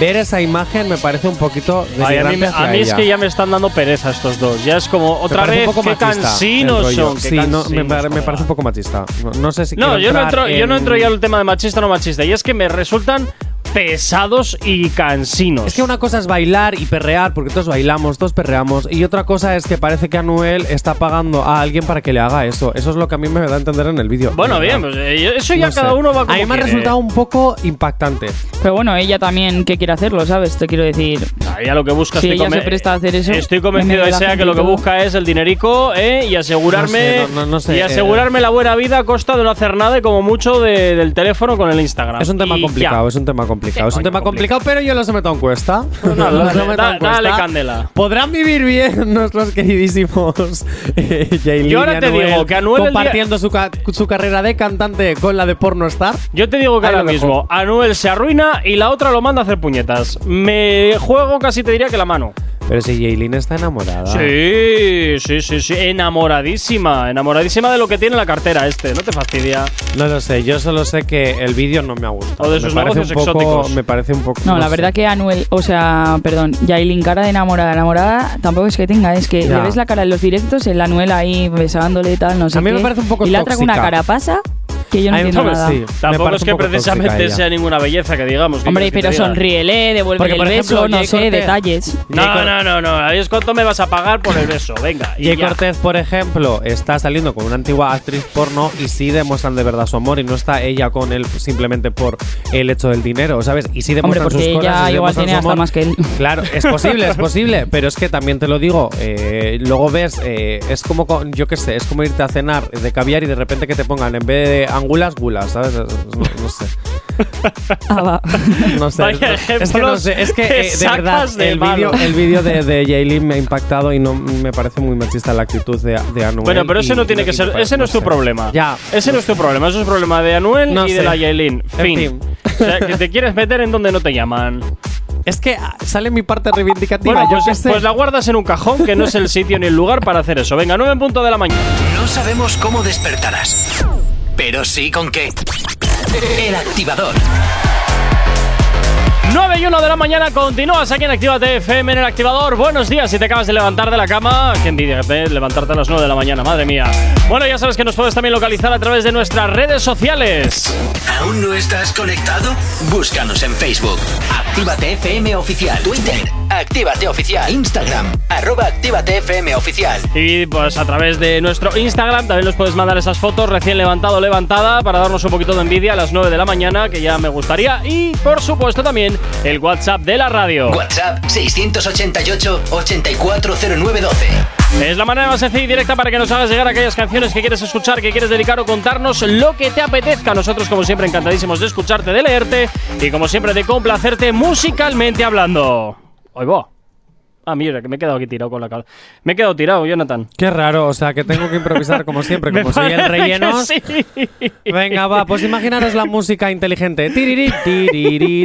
[SPEAKER 3] ver esa imagen me parece un poquito
[SPEAKER 2] Ay, a mí,
[SPEAKER 3] denigrante
[SPEAKER 2] me-
[SPEAKER 3] hacia
[SPEAKER 2] a mí es
[SPEAKER 3] ella.
[SPEAKER 2] que ya me están dando pereza estos dos. Ya es como
[SPEAKER 3] Me
[SPEAKER 2] otra
[SPEAKER 3] parece
[SPEAKER 2] vez
[SPEAKER 3] un poco
[SPEAKER 2] qué
[SPEAKER 3] machista el
[SPEAKER 2] cansinos
[SPEAKER 3] rollo.
[SPEAKER 2] son. qué
[SPEAKER 3] Sí, no, me,
[SPEAKER 2] cansinos.
[SPEAKER 3] pare- me parece un poco machista. No, no sé si
[SPEAKER 2] No,
[SPEAKER 3] quiero
[SPEAKER 2] yo no,
[SPEAKER 3] entrar
[SPEAKER 2] entro, yo
[SPEAKER 3] en-
[SPEAKER 2] no entro ya al tema de machista o no machista. Y es que me resultan pesados y cansinos.
[SPEAKER 3] Es que una cosa es bailar y perrear, porque todos bailamos, todos perreamos. Y otra cosa es que parece que Anuel está pagando a alguien para que le haga eso. Eso es lo que a mí me da a entender en el vídeo.
[SPEAKER 2] Bueno,
[SPEAKER 3] De verdad.
[SPEAKER 2] bien, pues, eh, eso (laughs) ya
[SPEAKER 3] No
[SPEAKER 2] cada
[SPEAKER 3] sé.
[SPEAKER 2] uno va como
[SPEAKER 3] A mí me ha
[SPEAKER 2] quiere.
[SPEAKER 3] resultado un poco impactante.
[SPEAKER 4] Pero bueno, ella también que quiere hacerlo, ¿sabes? Te quiero decir.
[SPEAKER 2] Ah, ya lo que busca
[SPEAKER 4] Si
[SPEAKER 2] estoy
[SPEAKER 4] ella se
[SPEAKER 2] conven-
[SPEAKER 4] presta a hacer eso,
[SPEAKER 2] Estoy
[SPEAKER 4] en medio
[SPEAKER 2] convencido
[SPEAKER 4] de
[SPEAKER 2] de
[SPEAKER 4] la
[SPEAKER 2] sea
[SPEAKER 4] gente
[SPEAKER 2] que lo
[SPEAKER 4] y
[SPEAKER 2] que
[SPEAKER 4] todo.
[SPEAKER 2] busca es el dinerico ¿eh? y asegurarme
[SPEAKER 3] No sé, no- no- no sé,
[SPEAKER 2] y
[SPEAKER 3] eh.
[SPEAKER 2] asegurarme la buena vida a costa de no hacer nada y como mucho de- del teléfono con el Instagram.
[SPEAKER 3] Es un tema
[SPEAKER 2] Ah. Y
[SPEAKER 3] complicado,
[SPEAKER 2] ya.
[SPEAKER 3] es un tema complicado. es un
[SPEAKER 2] coño,
[SPEAKER 3] tema complicado, pero yo los he metido en cuesta.
[SPEAKER 2] (laughs)
[SPEAKER 3] (laughs)
[SPEAKER 2] No, dale,
[SPEAKER 3] Los he metido
[SPEAKER 2] da-
[SPEAKER 3] en cuesta.
[SPEAKER 2] dale candela.
[SPEAKER 3] Podrán vivir bien (laughs) nuestros queridísimos eh, Yailin
[SPEAKER 2] Yo ahora
[SPEAKER 3] y
[SPEAKER 2] te digo que Anuel el día-
[SPEAKER 3] compartiendo su, ca- su carrera de cantante con la de pornostar.
[SPEAKER 2] Yo te digo que
[SPEAKER 3] Ahí
[SPEAKER 2] ahora
[SPEAKER 3] lo dejo.
[SPEAKER 2] mismo Anuel se arruina y la otra lo manda a hacer puñetas. Me juego casi te diría que la mano.
[SPEAKER 3] Pero si Jaylin está enamorada.
[SPEAKER 2] Sí, sí, sí, sí. Enamoradísima. Enamoradísima de lo que tiene en la cartera este. No te fastidia.
[SPEAKER 3] No lo sé, yo solo sé que el vídeo no me ha gustado.
[SPEAKER 2] O de
[SPEAKER 3] me
[SPEAKER 2] sus
[SPEAKER 3] parece un
[SPEAKER 2] negocios
[SPEAKER 3] poco,
[SPEAKER 2] exóticos.
[SPEAKER 3] Me parece un poco.
[SPEAKER 4] No, la verdad
[SPEAKER 3] sé.
[SPEAKER 4] que Anuel, o sea, perdón, Yailin cara de enamorada, enamorada, tampoco es que tenga, es que
[SPEAKER 3] Ya.
[SPEAKER 4] le ves la cara en los directos, el Anuel ahí besándole y tal, no sé
[SPEAKER 3] A mí me
[SPEAKER 4] qué,
[SPEAKER 3] parece un poco
[SPEAKER 4] Y la otra con una
[SPEAKER 3] tóxica.
[SPEAKER 4] cara pasa que yo no
[SPEAKER 3] A mí me
[SPEAKER 4] entiendo
[SPEAKER 3] parece-
[SPEAKER 4] nada.
[SPEAKER 3] sí. Me
[SPEAKER 2] Tampoco
[SPEAKER 3] parece
[SPEAKER 2] es
[SPEAKER 3] un
[SPEAKER 2] que
[SPEAKER 3] poco
[SPEAKER 2] precisamente
[SPEAKER 3] tóxica
[SPEAKER 2] sea
[SPEAKER 3] ella.
[SPEAKER 2] ninguna belleza que digamos. ¿qué
[SPEAKER 4] Hombre,
[SPEAKER 2] quieres que
[SPEAKER 4] pero
[SPEAKER 2] te diga?
[SPEAKER 4] sonríele, devuelve
[SPEAKER 3] Porque,
[SPEAKER 4] el
[SPEAKER 3] por
[SPEAKER 4] beso,
[SPEAKER 3] ejemplo,
[SPEAKER 4] no
[SPEAKER 3] Jay
[SPEAKER 4] sé,
[SPEAKER 3] Cortez-
[SPEAKER 4] detalles.
[SPEAKER 2] No,
[SPEAKER 3] Jacob-
[SPEAKER 2] no, no, no. Ahí es cuánto me vas a pagar por el beso. Venga. y
[SPEAKER 3] Jay
[SPEAKER 2] ya.
[SPEAKER 3] Cortez, por ejemplo, está saliendo con una antigua actriz porno y sí demuestran de verdad su amor y no está ella con él simplemente por el hecho del dinero, ¿sabes? Y sí
[SPEAKER 4] Hombre,
[SPEAKER 3] demuestran
[SPEAKER 4] porque
[SPEAKER 3] sus
[SPEAKER 4] ella
[SPEAKER 3] cosas. y sí
[SPEAKER 4] igual
[SPEAKER 3] demuestran
[SPEAKER 4] tiene
[SPEAKER 3] su
[SPEAKER 4] hasta
[SPEAKER 3] amor.
[SPEAKER 4] más que él.
[SPEAKER 3] Claro, es posible,
[SPEAKER 4] (laughs)
[SPEAKER 3] es posible, pero es que también te lo digo, eh, luego ves, eh, es como, con- yo qué sé, es como irte a cenar de caviar y de repente que te pongan en vez de angulas, gulas, ¿sabes? Es- es- No, no sé.
[SPEAKER 4] Ah, va. (laughs)
[SPEAKER 3] No sé.
[SPEAKER 2] Vaya
[SPEAKER 3] es- es que no
[SPEAKER 2] ejemplos
[SPEAKER 3] sé, es que
[SPEAKER 2] que
[SPEAKER 3] eh, de verdad,
[SPEAKER 2] sacas de
[SPEAKER 3] el vídeo
[SPEAKER 2] mano.
[SPEAKER 3] el vídeo de, de Yailin me ha impactado y no me parece muy machista la actitud de, de Anuel.
[SPEAKER 2] Bueno, pero ese
[SPEAKER 3] y-
[SPEAKER 2] no tiene
[SPEAKER 3] y-
[SPEAKER 2] que
[SPEAKER 3] y-
[SPEAKER 2] ser. Ese no es tu
[SPEAKER 3] sé.
[SPEAKER 2] problema.
[SPEAKER 3] Ya.
[SPEAKER 2] Ese no es tu problema. Eso es problema de Anuel
[SPEAKER 3] No
[SPEAKER 2] y de
[SPEAKER 3] sé.
[SPEAKER 2] la Yailin.
[SPEAKER 3] En
[SPEAKER 2] Fin.
[SPEAKER 3] fin.
[SPEAKER 2] O sea, que te quieres meter en donde no te llaman.
[SPEAKER 3] Es que ah, sale mi parte reivindicativa.
[SPEAKER 2] Bueno,
[SPEAKER 3] yo qué
[SPEAKER 2] pues,
[SPEAKER 3] sé.
[SPEAKER 2] pues la guardas en un cajón que no es el sitio ni el lugar para hacer eso. Venga, 9 en punto de la mañana.
[SPEAKER 1] No sabemos cómo despertarás, pero sí con qué. El activador.
[SPEAKER 2] 9 y 1 de la mañana, continúas aquí en Actívate FM en el activador. Buenos días, si te acabas de levantar de la cama, que dice levantarte a las 9 de la mañana, madre mía. Bueno, ya sabes que nos puedes también localizar a través de nuestras redes sociales.
[SPEAKER 1] ¿Aún no estás conectado? Búscanos en Facebook. Actívate FM Oficial. Twitter. Actívate Oficial. Instagram. Arroba Actívate FM Oficial.
[SPEAKER 2] Y pues a través de nuestro Instagram también nos puedes mandar esas fotos recién levantado o levantada para darnos un poquito de envidia a las 9 de la mañana, que ya me gustaría. Y por supuesto también el WhatsApp de la radio.
[SPEAKER 1] WhatsApp 688-840912.
[SPEAKER 2] Es la manera más sencilla y directa para que nos hagas llegar aquellas canciones que quieres escuchar, que quieres dedicar o contarnos lo que te apetezca. Nosotros, como siempre, encantadísimos de escucharte, de leerte y, como siempre, de complacerte musicalmente hablando. Oigo. Ah, mira, que me he quedado aquí tirado con la cabeza. Me he quedado tirado, Jonathan.
[SPEAKER 3] Qué raro, o sea, que tengo que improvisar como
[SPEAKER 2] (laughs)
[SPEAKER 3] siempre,
[SPEAKER 2] Me
[SPEAKER 3] como soy el
[SPEAKER 2] parece que
[SPEAKER 3] relleno.
[SPEAKER 2] sí.
[SPEAKER 3] Venga, va, pues imaginaros la música inteligente. Tiriri, tiriri,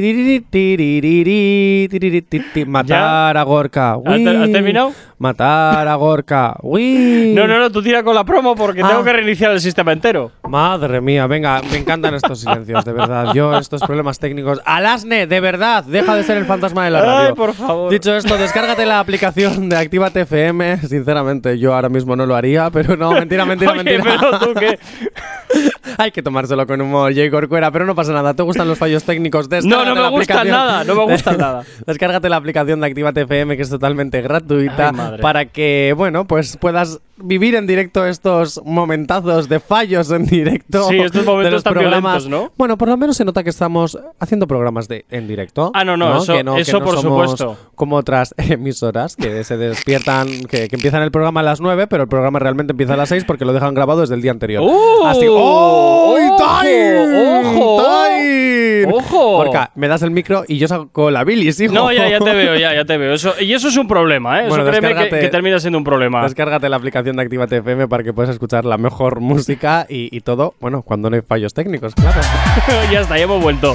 [SPEAKER 3] tiriri, tiriri, tiriri, tiriri. Matar a Gorka.
[SPEAKER 2] ¿Has
[SPEAKER 3] uy.
[SPEAKER 2] ter- has terminado?
[SPEAKER 3] Matar a Gorka. uy.
[SPEAKER 2] No, no, no, tú tira con la promo porque
[SPEAKER 3] Ah.
[SPEAKER 2] tengo que reiniciar el sistema entero.
[SPEAKER 3] Madre mía, venga, me encantan estos silencios, de verdad. Yo, estos problemas técnicos. Alasne, de verdad, deja de ser el fantasma de la
[SPEAKER 2] Ay,
[SPEAKER 3] radio.
[SPEAKER 2] por favor.
[SPEAKER 3] Dicho esto, descárgate la aplicación de Actívate FM. Sinceramente, yo ahora mismo no lo haría, pero no, mentira,
[SPEAKER 2] (laughs)
[SPEAKER 3] mentira,
[SPEAKER 2] Oye,
[SPEAKER 3] mentira.
[SPEAKER 2] pero tú qué.
[SPEAKER 3] (laughs) Hay que tomárselo con humor, Jay Corcuera, pero no pasa nada. ¿Te gustan los fallos técnicos? Descárgate
[SPEAKER 2] No, no me
[SPEAKER 3] la
[SPEAKER 2] gustan
[SPEAKER 3] aplicación.
[SPEAKER 2] nada, no me
[SPEAKER 3] (laughs)
[SPEAKER 2] gustan nada.
[SPEAKER 3] Descárgate la aplicación de Actívate FM, que es totalmente gratuita,
[SPEAKER 2] Ay, madre.
[SPEAKER 3] para que, bueno, pues puedas vivir en directo estos momentazos de fallos en directo.
[SPEAKER 2] Sí, estos momentos
[SPEAKER 3] de los
[SPEAKER 2] tan
[SPEAKER 3] programas.
[SPEAKER 2] violentos, ¿no?
[SPEAKER 3] Bueno, por lo menos se nota que estamos haciendo programas de, en directo.
[SPEAKER 2] Ah, no, no, eso- eso por
[SPEAKER 3] somos
[SPEAKER 2] supuesto.
[SPEAKER 3] Como otras (laughs) emisoras que se despiertan, que, que empiezan el programa a las 9, pero el programa realmente empieza a las 6 porque lo dejan grabado desde el día anterior.
[SPEAKER 2] ¡Uh!
[SPEAKER 3] Así- ¡Oh! ¡Ay,
[SPEAKER 2] ¡Ojo!
[SPEAKER 3] Tain!
[SPEAKER 2] ¡Ojo!
[SPEAKER 3] ¡Tain!
[SPEAKER 2] ¡Ojo!
[SPEAKER 3] Gorka, me das el micro y yo saco la bilis, hijo.
[SPEAKER 2] No, ya, ya te
[SPEAKER 3] (laughs)
[SPEAKER 2] veo, ya, ya te veo. Eso, y eso es un problema, ¿eh? Eso
[SPEAKER 3] Bueno,
[SPEAKER 2] créeme que,
[SPEAKER 3] descárgate-
[SPEAKER 2] que termina siendo un problema.
[SPEAKER 3] Descárgate la aplicación de Actívate FM para que puedas escuchar la mejor música y, y todo, bueno, cuando no hay fallos técnicos, claro.
[SPEAKER 2] (laughs) ya está, ya hemos vuelto.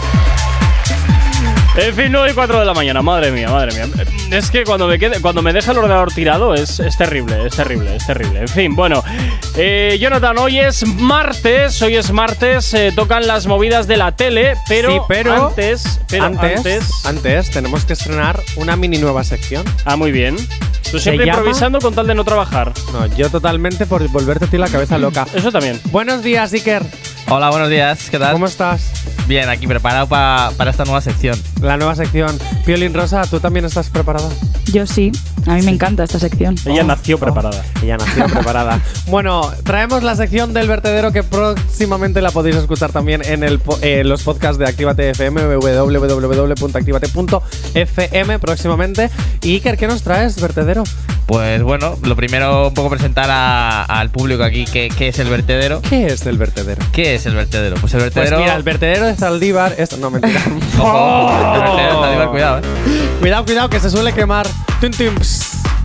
[SPEAKER 2] En fin, 9 y 4 de la mañana, madre mía, madre mía. Es que cuando me, quede, cuando me deja el ordenador tirado es, es terrible, es terrible, es terrible. En fin, bueno. Eh, Jonathan, hoy es martes, hoy es martes, eh, tocan las movidas de la tele, pero,
[SPEAKER 3] Sí, pero-
[SPEAKER 2] antes, pero antes,
[SPEAKER 3] antes tenemos que estrenar una mini nueva sección.
[SPEAKER 2] Ah, muy bien. Tú siempre
[SPEAKER 3] llama-
[SPEAKER 2] improvisando con tal de no trabajar.
[SPEAKER 3] No, yo totalmente por volverte a ti la cabeza loca.
[SPEAKER 2] Eso también.
[SPEAKER 3] Buenos días, Iker.
[SPEAKER 7] Hola, buenos días, ¿qué tal?
[SPEAKER 3] ¿Cómo estás?
[SPEAKER 7] Bien, aquí preparado pa- para esta nueva sección.
[SPEAKER 3] La nueva sección. Piolín Rosa, ¿tú también estás preparada?
[SPEAKER 4] Yo sí, a mí me encanta esta sección.
[SPEAKER 2] Ella nació preparada.
[SPEAKER 3] Oh. Ella nació preparada. Bueno, traemos la sección del vertedero que próximamente la podéis escuchar también en el po- eh, los podcasts de Actívate FM, www.activate.fm próximamente. Y Iker, ¿qué nos traes, vertedero?
[SPEAKER 7] Pues bueno, lo primero un poco presentar a- al público aquí qué, qué es el vertedero.
[SPEAKER 3] ¿Qué es el vertedero?
[SPEAKER 7] ¿Qué es el vertedero? Pues el
[SPEAKER 3] Pues
[SPEAKER 7] vertedero.
[SPEAKER 3] mira, el ¡Oh! vertedero de Zaldívar es... No, mentira.
[SPEAKER 7] Ojo, el vertedero de Zaldívar, cuidado, eh.
[SPEAKER 3] (laughs) cuidado, cuidado, que se suele quemar. Tum, tum, ps.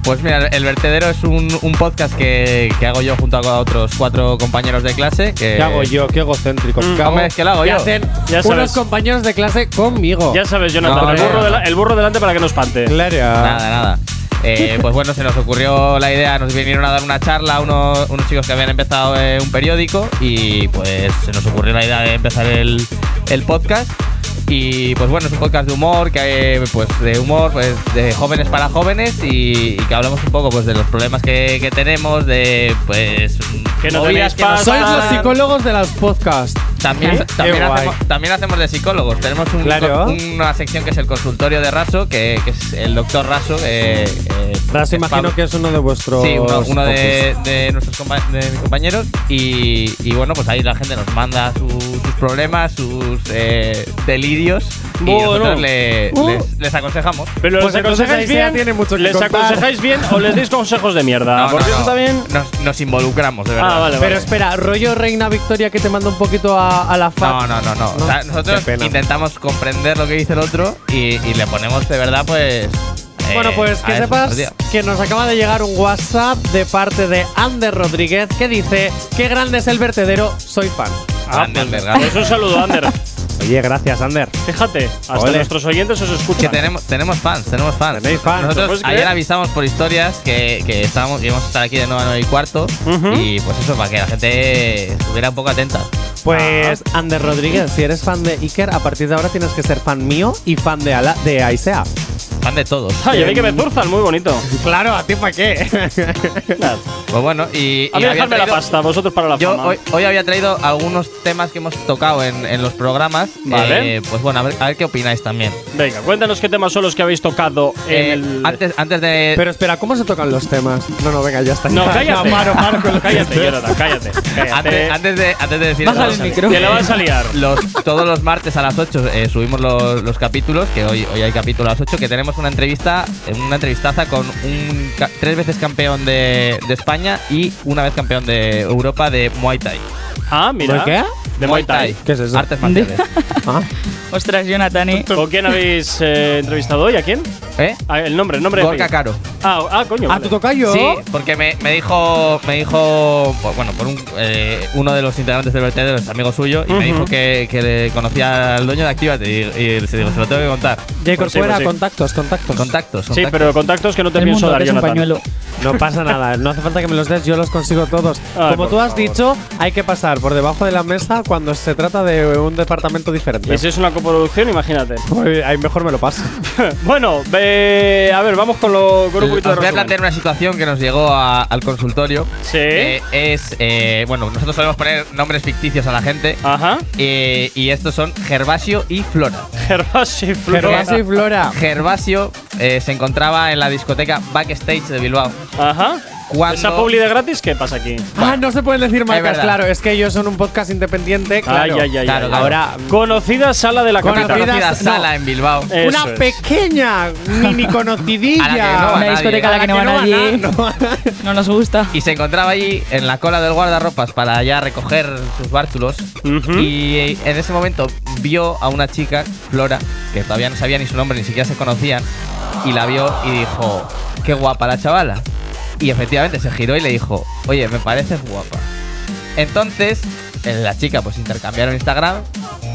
[SPEAKER 7] Pues mira, el vertedero es un, un podcast que, que hago yo junto a otros cuatro compañeros de clase. Que,
[SPEAKER 3] ¿Qué hago yo? Qué egocéntrico. ¿Qué hago?
[SPEAKER 7] Eh, hombre, es que lo hago
[SPEAKER 3] ¿Qué
[SPEAKER 7] yo.
[SPEAKER 3] hacen
[SPEAKER 2] Ya
[SPEAKER 3] unos
[SPEAKER 2] sabes.
[SPEAKER 3] compañeros de clase conmigo?
[SPEAKER 2] (laughs) Ya sabes, Jonathan,
[SPEAKER 7] No,
[SPEAKER 2] el,
[SPEAKER 7] no.
[SPEAKER 2] burro dela- el burro delante para que nos espante.
[SPEAKER 3] Claro.
[SPEAKER 7] Nada, nada. Eh, pues bueno, se nos ocurrió la idea, nos vinieron a dar una charla unos, unos chicos que habían empezado eh, un periódico y pues se nos ocurrió la idea de empezar el, el podcast. Y pues bueno, es un podcast de humor, que eh, pues de humor, pues de jóvenes para jóvenes y, y que hablamos un poco pues de los problemas que, que tenemos, de pues
[SPEAKER 2] Que no tenéis
[SPEAKER 7] movidas que nos
[SPEAKER 2] pasta.
[SPEAKER 3] Sois los
[SPEAKER 7] pasan.
[SPEAKER 3] psicólogos de las podcasts.
[SPEAKER 7] También,
[SPEAKER 3] ¿Eh? Qué
[SPEAKER 7] también,
[SPEAKER 3] guay.
[SPEAKER 7] hacemos, también hacemos de psicólogos. Tenemos un-
[SPEAKER 3] Claro.
[SPEAKER 7] una sección que es el consultorio de Raso, que, que es el doctor Raso. eh, eh,
[SPEAKER 3] Ras,
[SPEAKER 7] es
[SPEAKER 3] imagino
[SPEAKER 7] Pablo-
[SPEAKER 3] que es uno de vuestros.
[SPEAKER 7] Sí, uno, uno de,
[SPEAKER 3] compis.
[SPEAKER 7] de nuestros compa- de mis compañeros. Y, y bueno, pues ahí la gente nos manda su- sus problemas, sus eh, delirios. Y
[SPEAKER 2] Bueno.
[SPEAKER 7] nosotros le-
[SPEAKER 3] Uh.
[SPEAKER 7] les, les aconsejamos.
[SPEAKER 2] Pero les
[SPEAKER 3] Pues entonces
[SPEAKER 2] aconsejáis
[SPEAKER 3] Aisea
[SPEAKER 2] bien,
[SPEAKER 3] tiene mucho que
[SPEAKER 2] les
[SPEAKER 3] contar.
[SPEAKER 2] aconsejáis bien o les dais consejos de mierda.
[SPEAKER 3] Ah,
[SPEAKER 7] No, no,
[SPEAKER 2] Porque
[SPEAKER 7] no.
[SPEAKER 2] eso también.
[SPEAKER 7] Nos, nos involucramos, de verdad.
[SPEAKER 2] Ah, vale,
[SPEAKER 3] Pero
[SPEAKER 2] vale.
[SPEAKER 3] espera, rollo Reina Victoria que te manda un poquito a, a la fa.
[SPEAKER 7] No, no, no, no. O sea, nosotros
[SPEAKER 3] Qué pena.
[SPEAKER 7] intentamos comprender lo que dice el otro y, y le ponemos de verdad, pues.
[SPEAKER 3] Bueno,
[SPEAKER 7] eh,
[SPEAKER 3] pues
[SPEAKER 7] a
[SPEAKER 3] que
[SPEAKER 7] eso,
[SPEAKER 3] sepas
[SPEAKER 7] tío.
[SPEAKER 3] que nos acaba de llegar un WhatsApp de parte de Ander Rodríguez que dice: Qué grande es el vertedero, soy fan.
[SPEAKER 7] Grande,
[SPEAKER 2] pues,
[SPEAKER 7] Ander,
[SPEAKER 2] pues un saludo, Ander.
[SPEAKER 3] Oye, gracias, Ander.
[SPEAKER 2] Fíjate, hasta
[SPEAKER 3] Ole.
[SPEAKER 2] nuestros oyentes os
[SPEAKER 7] Que
[SPEAKER 2] escuchan.
[SPEAKER 7] tenemos, tenemos fans, tenemos fans.
[SPEAKER 3] Tenéis fans,
[SPEAKER 7] Nosotros
[SPEAKER 2] ¿lo puedes
[SPEAKER 7] ayer
[SPEAKER 2] creer?
[SPEAKER 7] avisamos por historias que, que estábamos, que íbamos a estar aquí de nuevo a 9 y cuarto.
[SPEAKER 2] Ujú.
[SPEAKER 7] Y pues eso, para que la gente estuviera un poco atenta.
[SPEAKER 3] Pues, Ander Rodríguez, si eres fan de Iker, a partir de ahora tienes que ser fan mío y fan de, Ala- de Aisea.
[SPEAKER 7] Fan de todos.
[SPEAKER 2] Ah, yo vi que me zurzan, muy bonito.
[SPEAKER 3] Claro, ¿a ti para qué?
[SPEAKER 2] Nada.
[SPEAKER 7] Pues bueno, y. y
[SPEAKER 2] A mí
[SPEAKER 7] había
[SPEAKER 2] dejarme la
[SPEAKER 7] traído-
[SPEAKER 2] pasta, vosotros para la
[SPEAKER 7] Yo
[SPEAKER 2] fama.
[SPEAKER 7] hoy, hoy había traído algunos temas que hemos tocado en, en los programas.
[SPEAKER 2] Vale.
[SPEAKER 7] Eh, pues bueno, a ver, a ver qué opináis también.
[SPEAKER 2] Venga, cuéntanos qué temas son los que habéis tocado
[SPEAKER 7] Eh,
[SPEAKER 2] en el.
[SPEAKER 7] antes, antes de.
[SPEAKER 3] Pero espera, ¿cómo se tocan los temas? No, no, venga, ya está.
[SPEAKER 7] (laughs)
[SPEAKER 2] No,
[SPEAKER 3] Ya,
[SPEAKER 2] cállate.
[SPEAKER 3] ya, paro, paro con lo que
[SPEAKER 2] cállate,
[SPEAKER 3] estoy.
[SPEAKER 2] Jonathan, cállate. cállate.
[SPEAKER 7] antes, antes de, antes de decir
[SPEAKER 4] Baja
[SPEAKER 7] los-
[SPEAKER 4] el micro.
[SPEAKER 2] Te la vas a liar.
[SPEAKER 7] los- todos los martes a las 8 eh, subimos los, los capítulos, que hoy, hoy hay capítulo a las 8, que tenemos una entrevista, eh, una entrevistaza con un ca- tres veces campeón de, de España y una vez campeón de Europa de Muay Thai.
[SPEAKER 2] Ah, mira.
[SPEAKER 3] ¿De qué?
[SPEAKER 2] De Muay Thai.
[SPEAKER 3] ¿Qué es eso?
[SPEAKER 7] Artes marciales.
[SPEAKER 3] Ah,
[SPEAKER 4] Ostras, Jonathan. ¿eh?
[SPEAKER 2] ¿Con quién habéis eh, entrevistado hoy? ¿A quién?
[SPEAKER 7] (laughs) ¿Eh?
[SPEAKER 2] Ah, el nombre, el nombre. de
[SPEAKER 7] Gorka
[SPEAKER 2] Rey.
[SPEAKER 7] Caro.
[SPEAKER 2] ah, ah, coño.
[SPEAKER 3] ¿A
[SPEAKER 2] vale.
[SPEAKER 3] tu tocayo?
[SPEAKER 7] Sí, porque me, me dijo, me dijo, pues, bueno, por un, eh, uno de los integrantes del vertedero es amigo suyo y me
[SPEAKER 2] Ujú.
[SPEAKER 7] dijo que, que le conocía al dueño de Actívate y, y se digo, se lo tengo que contar.
[SPEAKER 3] Jacob
[SPEAKER 2] Pues sí,
[SPEAKER 3] fuera,
[SPEAKER 2] pues sí.
[SPEAKER 3] contactos, contactos.
[SPEAKER 7] Contactos,
[SPEAKER 2] Sí,
[SPEAKER 7] contactos.
[SPEAKER 2] pero contactos que no te
[SPEAKER 4] El
[SPEAKER 2] pienso
[SPEAKER 4] mundo
[SPEAKER 2] dar,
[SPEAKER 4] que es un
[SPEAKER 2] Jonathan.
[SPEAKER 4] pañuelo.
[SPEAKER 3] (laughs) No pasa nada, no hace falta que me los des, yo los consigo todos.
[SPEAKER 2] Ay,
[SPEAKER 3] Como
[SPEAKER 2] por
[SPEAKER 3] tú has dicho, hay que pasar por debajo de la mesa cuando se trata de un departamento diferente.
[SPEAKER 2] Y si es una coproducción, imagínate. (laughs)
[SPEAKER 3] Pues ahí mejor me lo paso.
[SPEAKER 2] bueno, eh, a ver, vamos con, lo, con un
[SPEAKER 7] Eh, Os
[SPEAKER 2] poquito de
[SPEAKER 7] voy a
[SPEAKER 2] resumen.
[SPEAKER 7] plantear una situación que nos llegó a- al consultorio.
[SPEAKER 2] Sí.
[SPEAKER 7] Eh, es, eh, bueno, nosotros solemos poner nombres ficticios a la gente
[SPEAKER 2] Ajá. (laughs)
[SPEAKER 7] eh, y estos son Gervasio y Flora.
[SPEAKER 2] Gervasio y Flora.
[SPEAKER 3] Gervasio y Flora.
[SPEAKER 7] Gervasio eh, se encontraba en la discoteca Backstage de Bilbao.
[SPEAKER 2] Ajá.
[SPEAKER 7] Cuando-
[SPEAKER 2] ¿Esa publi de gratis? ¿Qué pasa aquí?
[SPEAKER 3] Ah, no se pueden decir marcas,
[SPEAKER 7] verdad.
[SPEAKER 3] claro, es que ellos son un podcast independiente, claro.
[SPEAKER 2] ay, ay, ay,
[SPEAKER 7] Claro,
[SPEAKER 2] ay.
[SPEAKER 7] claro.
[SPEAKER 3] Ahora,
[SPEAKER 2] Conocida sala de la
[SPEAKER 3] Conocida-
[SPEAKER 2] capital.
[SPEAKER 7] Conocida
[SPEAKER 3] no.
[SPEAKER 7] sala en Bilbao.
[SPEAKER 2] Eh, Eso
[SPEAKER 3] una
[SPEAKER 2] es.
[SPEAKER 3] pequeña mini conocidilla.
[SPEAKER 7] A la que no va
[SPEAKER 4] Una
[SPEAKER 7] nadie.
[SPEAKER 4] discoteca a la que no va nadie. (laughs) No nos gusta.
[SPEAKER 7] y se encontraba allí en la cola del guardarropas para ya recoger sus bártulos.
[SPEAKER 2] Ujú.
[SPEAKER 7] Y eh, en ese momento vio a una chica, Flora, que todavía no sabía ni su nombre, ni siquiera se conocían, y la vio y dijo, qué guapa la chavala. Y efectivamente se giró y le dijo, oye, me pareces guapa. Entonces, eh, la chica pues intercambiaron Instagram,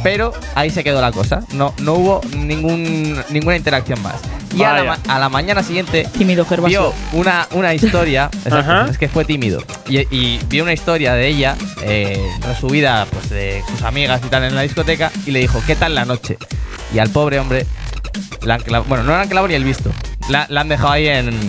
[SPEAKER 7] pero ahí se quedó la cosa. No, no hubo ningún, ninguna interacción más. Y a la,
[SPEAKER 2] Vaya.
[SPEAKER 7] ma- a la mañana siguiente
[SPEAKER 4] Tímido Gervasio.
[SPEAKER 7] vio una,
[SPEAKER 3] (laughs)
[SPEAKER 7] una historia. Exacto,
[SPEAKER 2] Ajá.
[SPEAKER 7] Es que fue tímido. Y, y vio una historia de ella eh, resubida pues, de sus amigas y tal en la discoteca y le dijo, ¿qué tal la noche? Y al pobre hombre, le han clavado- bueno, no le han clavado ni el visto. La, la han dejado ahí en, en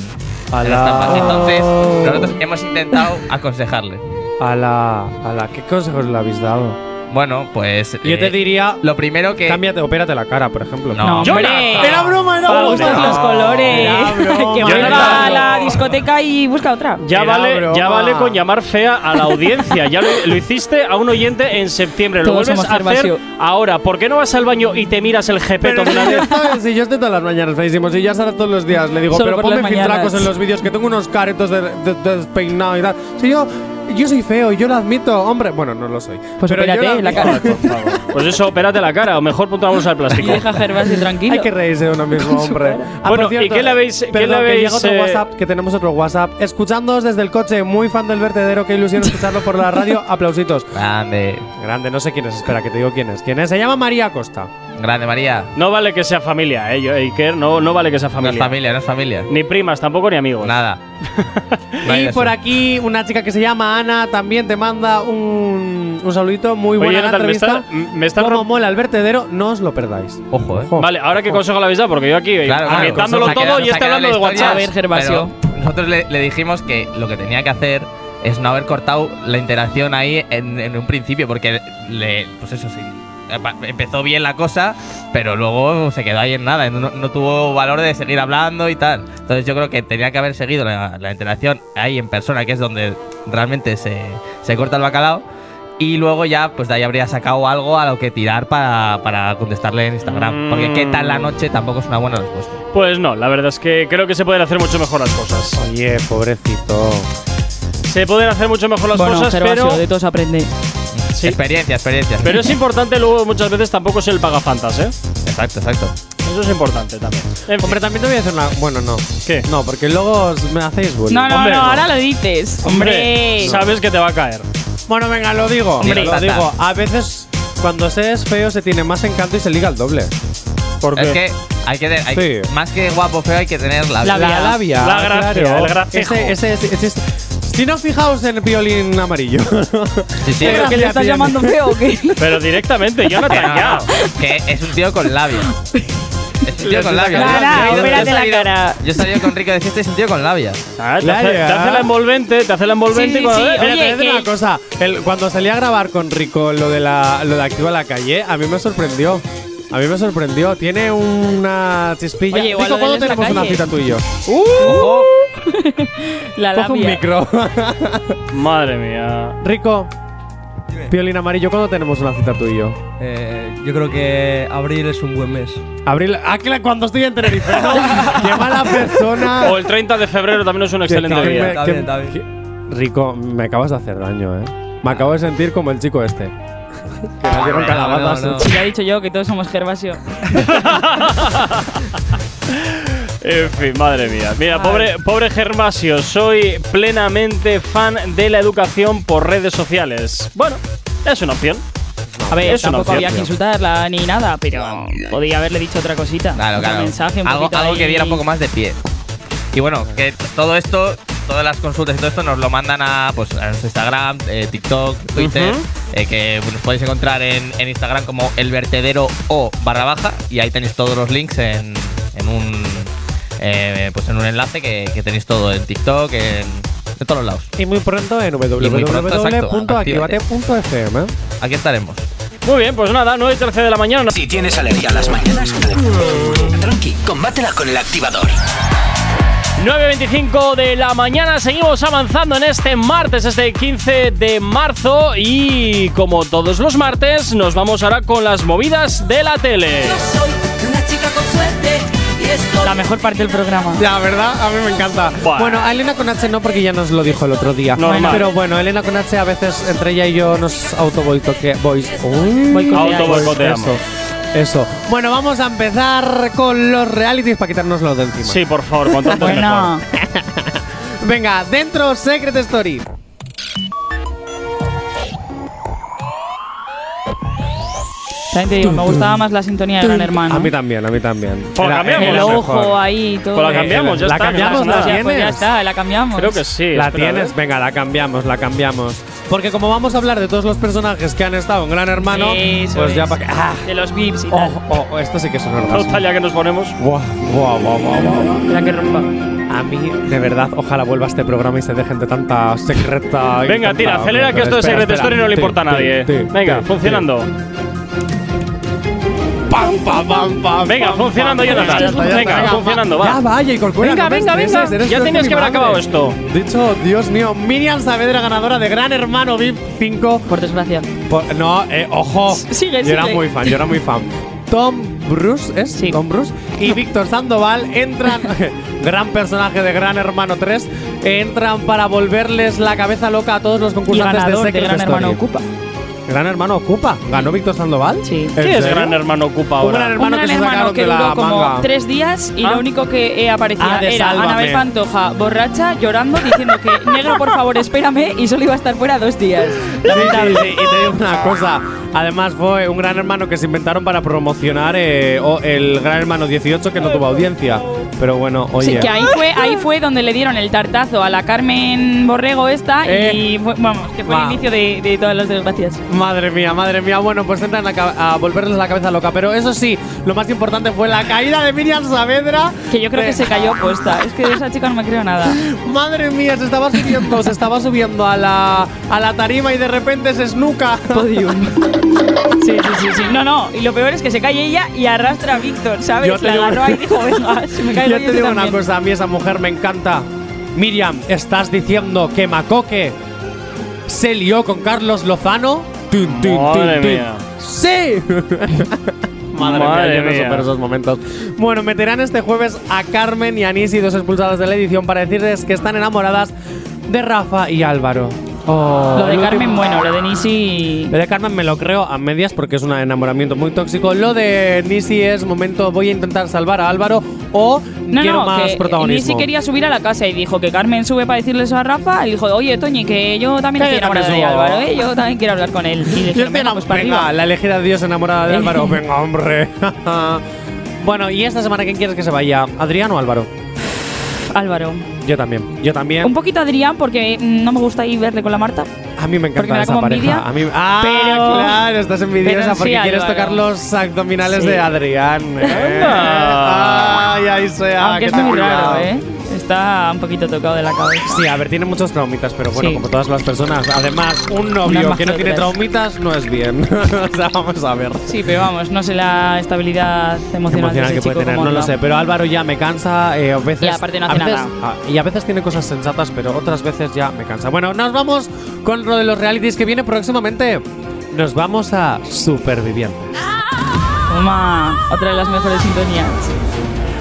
[SPEAKER 3] Alá.
[SPEAKER 7] estafa. Entonces, nosotros hemos intentado aconsejarle.
[SPEAKER 3] A la, a la, ¿qué consejos le habéis dado?
[SPEAKER 7] Bueno, pues...
[SPEAKER 3] Yo te
[SPEAKER 7] eh,
[SPEAKER 3] diría,
[SPEAKER 7] Lo primero que...
[SPEAKER 3] cámbiate, opérate la cara, por ejemplo.
[SPEAKER 7] No,
[SPEAKER 4] Yo-
[SPEAKER 7] hombre.
[SPEAKER 4] ¡Hombre!
[SPEAKER 3] Era broma, era
[SPEAKER 2] Vale.
[SPEAKER 4] No
[SPEAKER 3] broma.
[SPEAKER 4] gustan Eh, los colores.
[SPEAKER 3] Era broma.
[SPEAKER 4] (laughs) que
[SPEAKER 2] Jonathan.
[SPEAKER 4] vuelva a la discoteca y busca otra.
[SPEAKER 2] Ya
[SPEAKER 3] Era
[SPEAKER 2] vale,
[SPEAKER 3] broma.
[SPEAKER 2] ya vale con llamar fea a la audiencia. Ya lo, lo hiciste a un oyente en septiembre. Lo
[SPEAKER 4] Todos
[SPEAKER 2] vuelves
[SPEAKER 4] somos
[SPEAKER 2] a hacer
[SPEAKER 4] Gervasio.
[SPEAKER 2] ahora. ¿Por qué no vas al baño y te miras el
[SPEAKER 3] Pero
[SPEAKER 2] jepeto
[SPEAKER 3] si
[SPEAKER 2] de la
[SPEAKER 3] yo,
[SPEAKER 4] (laughs)
[SPEAKER 3] estoy, si yo estoy todas las mañanas feísimo, si ya estará todos los días, le digo,
[SPEAKER 4] Solo
[SPEAKER 3] pero
[SPEAKER 4] por
[SPEAKER 3] ponme
[SPEAKER 4] las mañanas.
[SPEAKER 3] filtracos en los vídeos que tengo unos caretos de, de- de despeinado y tal. Si yo, yo soy feo, yo lo admito, hombre, bueno, no lo soy.
[SPEAKER 4] Pues
[SPEAKER 3] pero yo
[SPEAKER 4] opérate
[SPEAKER 3] lo
[SPEAKER 4] la
[SPEAKER 3] admito.
[SPEAKER 4] cara.
[SPEAKER 2] Pues eso, opérate la cara. O mejor ponte una bolsa de
[SPEAKER 4] Y
[SPEAKER 2] plástico.
[SPEAKER 4] deja a Gervasio tranquilo.
[SPEAKER 3] Hay que reírse de uno
[SPEAKER 4] (laughs)
[SPEAKER 3] mismo, hombre. Ah,
[SPEAKER 2] Bueno,
[SPEAKER 3] por
[SPEAKER 2] ¿y qué le habéis- qué
[SPEAKER 3] perdón,
[SPEAKER 2] le
[SPEAKER 3] que
[SPEAKER 2] habéis,
[SPEAKER 3] llega otro
[SPEAKER 2] eh,
[SPEAKER 3] WhatsApp, que tenemos otro WhatsApp. Escuchándoos desde el coche, muy fan del vertedero, qué ilusión escucharlo por la
[SPEAKER 4] (laughs)
[SPEAKER 3] radio. Aplausitos.
[SPEAKER 7] Grande,
[SPEAKER 3] Grande, no sé quién es, espera, que te digo quién es. ¿Quién es? Se llama María Costa.
[SPEAKER 7] grande María.
[SPEAKER 2] No vale que sea familia, eh, yo- Iker. No, no vale que sea
[SPEAKER 7] No es
[SPEAKER 2] familia.
[SPEAKER 7] familia, no es familia.
[SPEAKER 2] Ni primas, tampoco ni amigos.
[SPEAKER 3] (laughs)
[SPEAKER 7] Nada. No hay
[SPEAKER 3] Y
[SPEAKER 7] de
[SPEAKER 3] por
[SPEAKER 7] eso.
[SPEAKER 3] aquí una chica que se llama Ana también te manda un, un saludito. Muy
[SPEAKER 2] Oye,
[SPEAKER 3] buena la
[SPEAKER 2] Jonathan, me
[SPEAKER 3] entrevista.
[SPEAKER 2] está- m- me está
[SPEAKER 3] Como
[SPEAKER 2] rom-
[SPEAKER 3] mola el vertedero, no os lo perdáis.
[SPEAKER 7] Ojo, eh.
[SPEAKER 3] Ojo.
[SPEAKER 2] Vale, ahora qué consejo le habéis dado, porque yo aquí eh,
[SPEAKER 7] Claro, claro.
[SPEAKER 2] ambientándolo
[SPEAKER 7] Se ha quedado-
[SPEAKER 2] todo y
[SPEAKER 7] se ha
[SPEAKER 2] está
[SPEAKER 7] quedado
[SPEAKER 2] hablando de
[SPEAKER 7] la historia,
[SPEAKER 2] WhatsApp.
[SPEAKER 4] A ver, Gervasio.
[SPEAKER 7] pero Nosotros le, le dijimos que lo que tenía que hacer es no haber cortado la interacción ahí en, en un principio, porque le, pues eso sí. epa- Empezó bien la cosa, pero luego se quedó ahí en nada. No, no tuvo valor de seguir hablando y tal. Entonces yo creo que tenía que haber seguido la, la interacción ahí en persona, que es donde realmente se, se corta el bacalao. Y luego ya, pues de ahí habría sacado algo a lo que tirar para, para contestarle en
[SPEAKER 2] Mm.
[SPEAKER 7] Instagram. Porque qué tal la noche tampoco es una buena respuesta.
[SPEAKER 2] Pues no, la verdad es que creo que se pueden hacer mucho mejor las cosas.
[SPEAKER 3] Oye, pobrecito.
[SPEAKER 2] Se pueden hacer mucho mejor las
[SPEAKER 4] bueno,
[SPEAKER 2] cosas,
[SPEAKER 4] Gervasio,
[SPEAKER 2] pero.
[SPEAKER 4] de todos aprende.
[SPEAKER 2] Sí.
[SPEAKER 7] Experiencia, experiencia.
[SPEAKER 2] Pero es importante luego muchas veces tampoco ser el pagafantas, ¿eh?
[SPEAKER 7] Exacto, exacto.
[SPEAKER 2] Eso es importante también. En fin,
[SPEAKER 3] Hombre, también te voy a hacer una. Bueno, no.
[SPEAKER 2] ¿Qué?
[SPEAKER 3] No, porque luego os- me hacéis bullying.
[SPEAKER 4] No, no,
[SPEAKER 2] Hombre,
[SPEAKER 4] no,
[SPEAKER 2] no.
[SPEAKER 4] ahora lo dices. Hombre.
[SPEAKER 2] sabes que te va a caer.
[SPEAKER 3] Bueno, venga, lo digo.
[SPEAKER 7] Hombre,
[SPEAKER 3] lo
[SPEAKER 7] tata.
[SPEAKER 3] digo. A veces cuando se es feo se tiene más encanto y se liga el doble.
[SPEAKER 2] Porque
[SPEAKER 7] Es que hay que tener. hay-
[SPEAKER 3] Sí.
[SPEAKER 7] Más que guapo feo, hay que tener la.
[SPEAKER 4] La-
[SPEAKER 3] La labia.
[SPEAKER 2] La gracia,
[SPEAKER 3] claro.
[SPEAKER 2] el gracejo.
[SPEAKER 3] Ese, ese, ese- ese- Si no, fijaos en el violín amarillo. (laughs)
[SPEAKER 7] Sí, sí.
[SPEAKER 3] Pero
[SPEAKER 4] ¿Que
[SPEAKER 3] que
[SPEAKER 4] le
[SPEAKER 3] ya
[SPEAKER 4] estás
[SPEAKER 3] tiene.
[SPEAKER 4] llamando feo o qué?
[SPEAKER 2] (laughs) Pero directamente,
[SPEAKER 7] (laughs)
[SPEAKER 2] Jonathan,
[SPEAKER 7] Que no,
[SPEAKER 2] ya.
[SPEAKER 7] que es un tío con labios. Es un tío con labios.
[SPEAKER 4] Clara,
[SPEAKER 7] Yo he salido- yo he
[SPEAKER 4] opérate la
[SPEAKER 7] salido-
[SPEAKER 4] cara.
[SPEAKER 7] Yo he salido con Rico de fiesta y es un tío con labios.
[SPEAKER 2] Ah, te,
[SPEAKER 3] Claro,
[SPEAKER 2] hace,
[SPEAKER 3] ya.
[SPEAKER 2] te hace la envolvente, te hace la envolvente
[SPEAKER 4] Sí,
[SPEAKER 2] y cuando
[SPEAKER 4] sí,
[SPEAKER 2] ves-
[SPEAKER 4] oye,
[SPEAKER 3] Mira, te voy a decir
[SPEAKER 4] que-
[SPEAKER 3] una cosa. El- cuando salí a grabar con Rico lo de la lo de Activa la Calle, a mí me sorprendió. A mí me sorprendió. Tiene una chispilla.
[SPEAKER 4] Oye, igual
[SPEAKER 3] Rico,
[SPEAKER 4] lo de él
[SPEAKER 3] ¿cuándo
[SPEAKER 4] es la
[SPEAKER 3] tenemos una
[SPEAKER 4] calle? ¡Uh!
[SPEAKER 3] cita tú y yo?
[SPEAKER 7] Ojo.
[SPEAKER 4] La
[SPEAKER 3] Coge un
[SPEAKER 4] labia. (laughs)
[SPEAKER 3] micro.
[SPEAKER 2] Madre mía.
[SPEAKER 3] Rico, violín amarillo, ¿cuándo tenemos una cita tú y yo?
[SPEAKER 8] Eh, yo creo que abril es un buen mes.
[SPEAKER 3] Abril. Ah, claro, cuando estoy en
[SPEAKER 4] (laughs)
[SPEAKER 3] Tenerife. ¿no? Qué mala persona.
[SPEAKER 2] O el 30 de febrero también es un
[SPEAKER 3] Que-
[SPEAKER 2] excelente
[SPEAKER 3] que-
[SPEAKER 2] día.
[SPEAKER 8] Está
[SPEAKER 3] que-
[SPEAKER 8] bien, está bien.
[SPEAKER 3] que- Rico, me acabas de hacer daño, eh. Me acabo de sentir como el chico este. Que nos dieron
[SPEAKER 7] no, ¿eh?
[SPEAKER 3] calabazas.
[SPEAKER 7] no, no.
[SPEAKER 4] Si lo he dicho yo, que todos somos Gervasio.
[SPEAKER 2] En fin, madre mía. Mira, pobre, pobre Germasio, soy plenamente fan de la educación por redes sociales. Bueno, es una opción.
[SPEAKER 4] A ver,
[SPEAKER 2] Es una
[SPEAKER 4] tampoco
[SPEAKER 2] opción.
[SPEAKER 4] había que insultarla ni nada, pero podía haberle dicho otra cosita.
[SPEAKER 7] Claro,
[SPEAKER 4] Otro
[SPEAKER 7] claro.
[SPEAKER 4] mensaje, un
[SPEAKER 7] algo
[SPEAKER 4] poquito
[SPEAKER 7] algo
[SPEAKER 4] ahí.
[SPEAKER 7] que diera un poco más de pie. Y bueno, que t- todo esto, todas las consultas y todo esto nos lo mandan a, pues, a nuestro Instagram, eh, TikTok, Twitter, eh, que nos podéis encontrar en, en Instagram como el vertedero o barra baja y ahí tenéis todos los links en, en un eh, pues en un enlace que, que tenéis todo en TikTok, en, en todos los lados.
[SPEAKER 3] Y muy pronto en
[SPEAKER 7] exacto,
[SPEAKER 3] www.activate.fm.
[SPEAKER 7] Aquí estaremos.
[SPEAKER 2] Muy bien, pues nada, 9 y 13 de la mañana.
[SPEAKER 1] Si tienes alergia a las mañanas, tranqui, combátela con el activador.
[SPEAKER 2] 9.25 de la mañana, seguimos avanzando en este martes, este 15 de marzo y como todos los martes nos vamos ahora con las movidas de la tele.
[SPEAKER 4] La mejor parte del programa.
[SPEAKER 3] La verdad, a mí me encanta.
[SPEAKER 2] Buah.
[SPEAKER 3] Bueno, a Elena con H no, porque ya nos lo dijo el otro día.
[SPEAKER 2] Normal.
[SPEAKER 3] Pero bueno, Elena con H a veces entre ella y yo nos autoboicoteamos.
[SPEAKER 4] Boicoteamos.
[SPEAKER 2] Autoboicoteamos.
[SPEAKER 3] Eso. Eso. Bueno, vamos a empezar con los realities para quitárnoslo de encima.
[SPEAKER 2] Sí, por favor, cuanto
[SPEAKER 3] (laughs)
[SPEAKER 2] antes
[SPEAKER 4] Bueno,
[SPEAKER 3] Venga, dentro Secret Story.
[SPEAKER 4] también te digo, me gustaba más la sintonía de Gran Hermano.
[SPEAKER 3] A mí también, a mí también.
[SPEAKER 2] Ah, Pues cambiamos.
[SPEAKER 4] El
[SPEAKER 2] Era
[SPEAKER 4] ojo ahí y todo.
[SPEAKER 2] Pues la cambiamos, ya
[SPEAKER 3] La
[SPEAKER 2] está. que no
[SPEAKER 3] cambiamos,
[SPEAKER 2] pasa
[SPEAKER 3] la
[SPEAKER 2] nada.
[SPEAKER 4] Ya, pues ya
[SPEAKER 3] tienes.
[SPEAKER 4] está, la cambiamos.
[SPEAKER 2] Creo que sí.
[SPEAKER 3] La
[SPEAKER 2] espera, ¿eh?
[SPEAKER 3] tienes, venga, la cambiamos, la cambiamos. Porque como vamos a hablar de todos los personajes que han estado en Gran Hermano,
[SPEAKER 4] Eso
[SPEAKER 3] pues ya
[SPEAKER 4] es.
[SPEAKER 3] para que. ¡Ah!
[SPEAKER 4] De los VIPs y
[SPEAKER 3] Oh,
[SPEAKER 4] tal.
[SPEAKER 3] oh, oh, esto sí que es un
[SPEAKER 2] a ver, Total, ya que nos ponemos.
[SPEAKER 3] Buah, buah, buah, buah, buah.
[SPEAKER 4] Mira que rompa.
[SPEAKER 3] A mí, de verdad, ojalá vuelva este programa y se dejen de tanta secreta. y
[SPEAKER 2] Venga,
[SPEAKER 3] tanta-
[SPEAKER 2] tira, acelera que esto de Secret
[SPEAKER 3] Espera, espera.
[SPEAKER 2] Story no le
[SPEAKER 3] Ti,
[SPEAKER 2] importa a
[SPEAKER 3] ti,
[SPEAKER 2] nadie.
[SPEAKER 3] ti,
[SPEAKER 2] eh. Venga,
[SPEAKER 3] ti, ti.
[SPEAKER 2] funcionando.
[SPEAKER 3] Pam, pam, pam, pam,
[SPEAKER 2] Venga,
[SPEAKER 3] pam,
[SPEAKER 2] funcionando,
[SPEAKER 3] pam.
[SPEAKER 2] Jonathan.
[SPEAKER 3] Ya está, ya está,
[SPEAKER 2] Venga, funcionando,
[SPEAKER 3] Ya
[SPEAKER 2] va.
[SPEAKER 3] vaya, y Corcuera,
[SPEAKER 2] Venga,
[SPEAKER 3] no me
[SPEAKER 2] venga, venga.
[SPEAKER 3] estreses, eres
[SPEAKER 2] Ya
[SPEAKER 3] tú,
[SPEAKER 2] tenías
[SPEAKER 3] mi
[SPEAKER 2] que haber
[SPEAKER 3] madre.
[SPEAKER 2] acabado esto.
[SPEAKER 3] De hecho, Dios mío, Miriam Saavedra, ganadora de Gran Hermano VIP 5.
[SPEAKER 4] Por desgracia.
[SPEAKER 3] Por- no, eh, ojo.
[SPEAKER 4] Sigue,
[SPEAKER 3] yo era
[SPEAKER 4] sigue.
[SPEAKER 3] muy fan, yo era muy fan. (laughs) Tom Bruce, ¿es?
[SPEAKER 4] Sí.
[SPEAKER 3] Tom Bruce. Y Víctor Sandoval entran, (laughs) gran personaje de Gran Hermano 3, entran para volverles la cabeza loca a todos los
[SPEAKER 4] Y
[SPEAKER 3] concursantes de
[SPEAKER 4] ganador Pues de,
[SPEAKER 3] Secret
[SPEAKER 4] Gran
[SPEAKER 3] Story.
[SPEAKER 4] Hermano Ocupa.
[SPEAKER 3] Gran Hermano Ocupa. ¿Ganó Víctor Sandoval?
[SPEAKER 4] Sí.
[SPEAKER 3] ¿En
[SPEAKER 2] ¿Qué es
[SPEAKER 3] serio?
[SPEAKER 2] Gran Hermano Ocupa
[SPEAKER 3] Un gran
[SPEAKER 2] ahora?
[SPEAKER 3] hermano
[SPEAKER 4] un gran
[SPEAKER 3] que se
[SPEAKER 4] hermano
[SPEAKER 3] sacaron
[SPEAKER 4] que
[SPEAKER 3] de la
[SPEAKER 4] duró como
[SPEAKER 3] manga.
[SPEAKER 4] tres días y
[SPEAKER 2] Ah.
[SPEAKER 4] lo único que eh, aparecía
[SPEAKER 3] Ah, de
[SPEAKER 4] era
[SPEAKER 3] Sálvame.
[SPEAKER 4] Anabel Pantoja borracha, llorando, diciendo que negro, por favor, espérame, y solo iba a estar fuera dos días.
[SPEAKER 3] Sí, sí, sí, y te digo una cosa. Además, fue un gran hermano que se inventaron para promocionar eh, o- el gran hermano 18 que no tuvo audiencia. Pero bueno, oye.
[SPEAKER 4] Sí, que ahí fue, ahí fue donde le dieron el tartazo a la Carmen Borrego esta
[SPEAKER 3] Eh.
[SPEAKER 4] y fue- vamos, que fue
[SPEAKER 3] Wow.
[SPEAKER 4] el inicio de, de todas las desgracias.
[SPEAKER 3] Madre mía, madre mía. Bueno, pues entran a, ca- a volverles la cabeza loca. Pero eso sí, lo más importante fue la caída de Miriam Saavedra. Eh,
[SPEAKER 4] Que yo creo
[SPEAKER 3] Pues.
[SPEAKER 4] que se cayó puesta. Es que de esa chica no me creo nada.
[SPEAKER 3] (laughs) Madre mía, se estaba subiendo, se estaba subiendo a la, a la tarima y de repente se snuca.
[SPEAKER 4] Podium. Sí, sí, sí, sí. No, no. Y lo peor es que se cae ella y arrastra a Víctor, ¿sabes?
[SPEAKER 3] Yo te
[SPEAKER 4] La
[SPEAKER 3] digo-
[SPEAKER 4] agarró ahí y dijo, venga, se me cae
[SPEAKER 3] Yo
[SPEAKER 4] el
[SPEAKER 3] te
[SPEAKER 4] rollo,
[SPEAKER 3] digo
[SPEAKER 4] yo
[SPEAKER 3] una
[SPEAKER 4] también".
[SPEAKER 3] cosa, a mí esa mujer me encanta. Miriam, ¿estás diciendo que Macoque se lió con Carlos Lozano? Tun, tun,
[SPEAKER 2] Madre
[SPEAKER 3] tun, tun.
[SPEAKER 2] mía. (laughs)
[SPEAKER 3] ¡Sí! Madre,
[SPEAKER 2] Madre
[SPEAKER 3] mía,
[SPEAKER 2] mía.
[SPEAKER 3] yo no supero esos momentos. Bueno, meterán este jueves a Carmen y Anisi, dos expulsadas de la edición, para decirles que están enamoradas de Rafa y Álvaro. Oh,
[SPEAKER 4] Lo de
[SPEAKER 3] el último-
[SPEAKER 4] Carmen, bueno, lo de Nisi.
[SPEAKER 3] lo de Carmen me lo creo a medias porque es un enamoramiento muy tóxico. Lo de Nisi es momento, voy a intentar salvar a Álvaro o
[SPEAKER 4] No,
[SPEAKER 3] quiero
[SPEAKER 4] no,
[SPEAKER 3] más
[SPEAKER 4] que
[SPEAKER 3] protagonismo.
[SPEAKER 4] Nisi quería subir a la casa y dijo que Carmen sube para decirle eso a Rafa. Y dijo, oye, Toñi, que yo también
[SPEAKER 3] Que
[SPEAKER 4] estoy
[SPEAKER 3] yo también
[SPEAKER 4] enamorada de
[SPEAKER 3] subo.
[SPEAKER 4] Álvaro, ¿eh? Yo también quiero hablar con él. Y
[SPEAKER 3] Yo
[SPEAKER 4] dijeron,
[SPEAKER 3] estoy
[SPEAKER 4] venga,
[SPEAKER 3] enam-
[SPEAKER 4] pues para
[SPEAKER 3] venga,
[SPEAKER 4] arriba.
[SPEAKER 3] la elegida de Dios enamorada
[SPEAKER 4] (laughs)
[SPEAKER 3] de Álvaro. venga, hombre. (laughs) bueno, ¿y esta semana quién quieres que se vaya? ¿Adrián o Álvaro?
[SPEAKER 4] Álvaro.
[SPEAKER 3] Yo también, yo también.
[SPEAKER 4] Un poquito Adrián, porque mm, no me gusta ir verle con la Marta.
[SPEAKER 3] A mí me
[SPEAKER 4] porque
[SPEAKER 3] encanta
[SPEAKER 4] me da
[SPEAKER 3] esa
[SPEAKER 4] como
[SPEAKER 3] pareja.
[SPEAKER 4] envidia,
[SPEAKER 3] A mí, ah,
[SPEAKER 4] pero-
[SPEAKER 3] claro, estás
[SPEAKER 4] pero
[SPEAKER 3] envidiosa
[SPEAKER 4] sí,
[SPEAKER 3] porque
[SPEAKER 4] algo,
[SPEAKER 3] quieres
[SPEAKER 4] algo.
[SPEAKER 3] tocar los abdominales de Adrián. ¿eh?
[SPEAKER 2] Anda.
[SPEAKER 3] Ay, ahí sea.
[SPEAKER 4] Aunque
[SPEAKER 3] Ah, que
[SPEAKER 4] es
[SPEAKER 3] te he
[SPEAKER 4] muy
[SPEAKER 3] pillado.
[SPEAKER 4] raro, ¿eh? Está un poquito tocado de la cabeza.
[SPEAKER 3] Sí, a ver, tiene muchos traumitas, pero bueno,
[SPEAKER 4] Sí.
[SPEAKER 3] como todas las personas. Además, un
[SPEAKER 4] Unas
[SPEAKER 3] novio
[SPEAKER 4] más
[SPEAKER 3] que no
[SPEAKER 4] que
[SPEAKER 3] tiene
[SPEAKER 4] otras.
[SPEAKER 3] traumitas no es bien. (laughs) o sea, vamos a ver.
[SPEAKER 4] Sí, pero vamos, no sé la estabilidad emocional, de
[SPEAKER 3] emocional
[SPEAKER 4] ese
[SPEAKER 3] que
[SPEAKER 4] chico
[SPEAKER 3] puede tener,
[SPEAKER 4] cómo
[SPEAKER 3] no lo
[SPEAKER 4] anda.
[SPEAKER 3] sé. Pero Álvaro ya me cansa. eh, a veces,
[SPEAKER 4] Y aparte no
[SPEAKER 3] a
[SPEAKER 4] hace
[SPEAKER 3] veces-
[SPEAKER 4] nada.
[SPEAKER 3] ah, Y a veces tiene cosas sensatas, pero otras veces ya me cansa. Bueno, nos vamos con lo de los realities que viene próximamente. Nos vamos a Supervivientes.
[SPEAKER 4] Toma, otra de las mejores sintonías.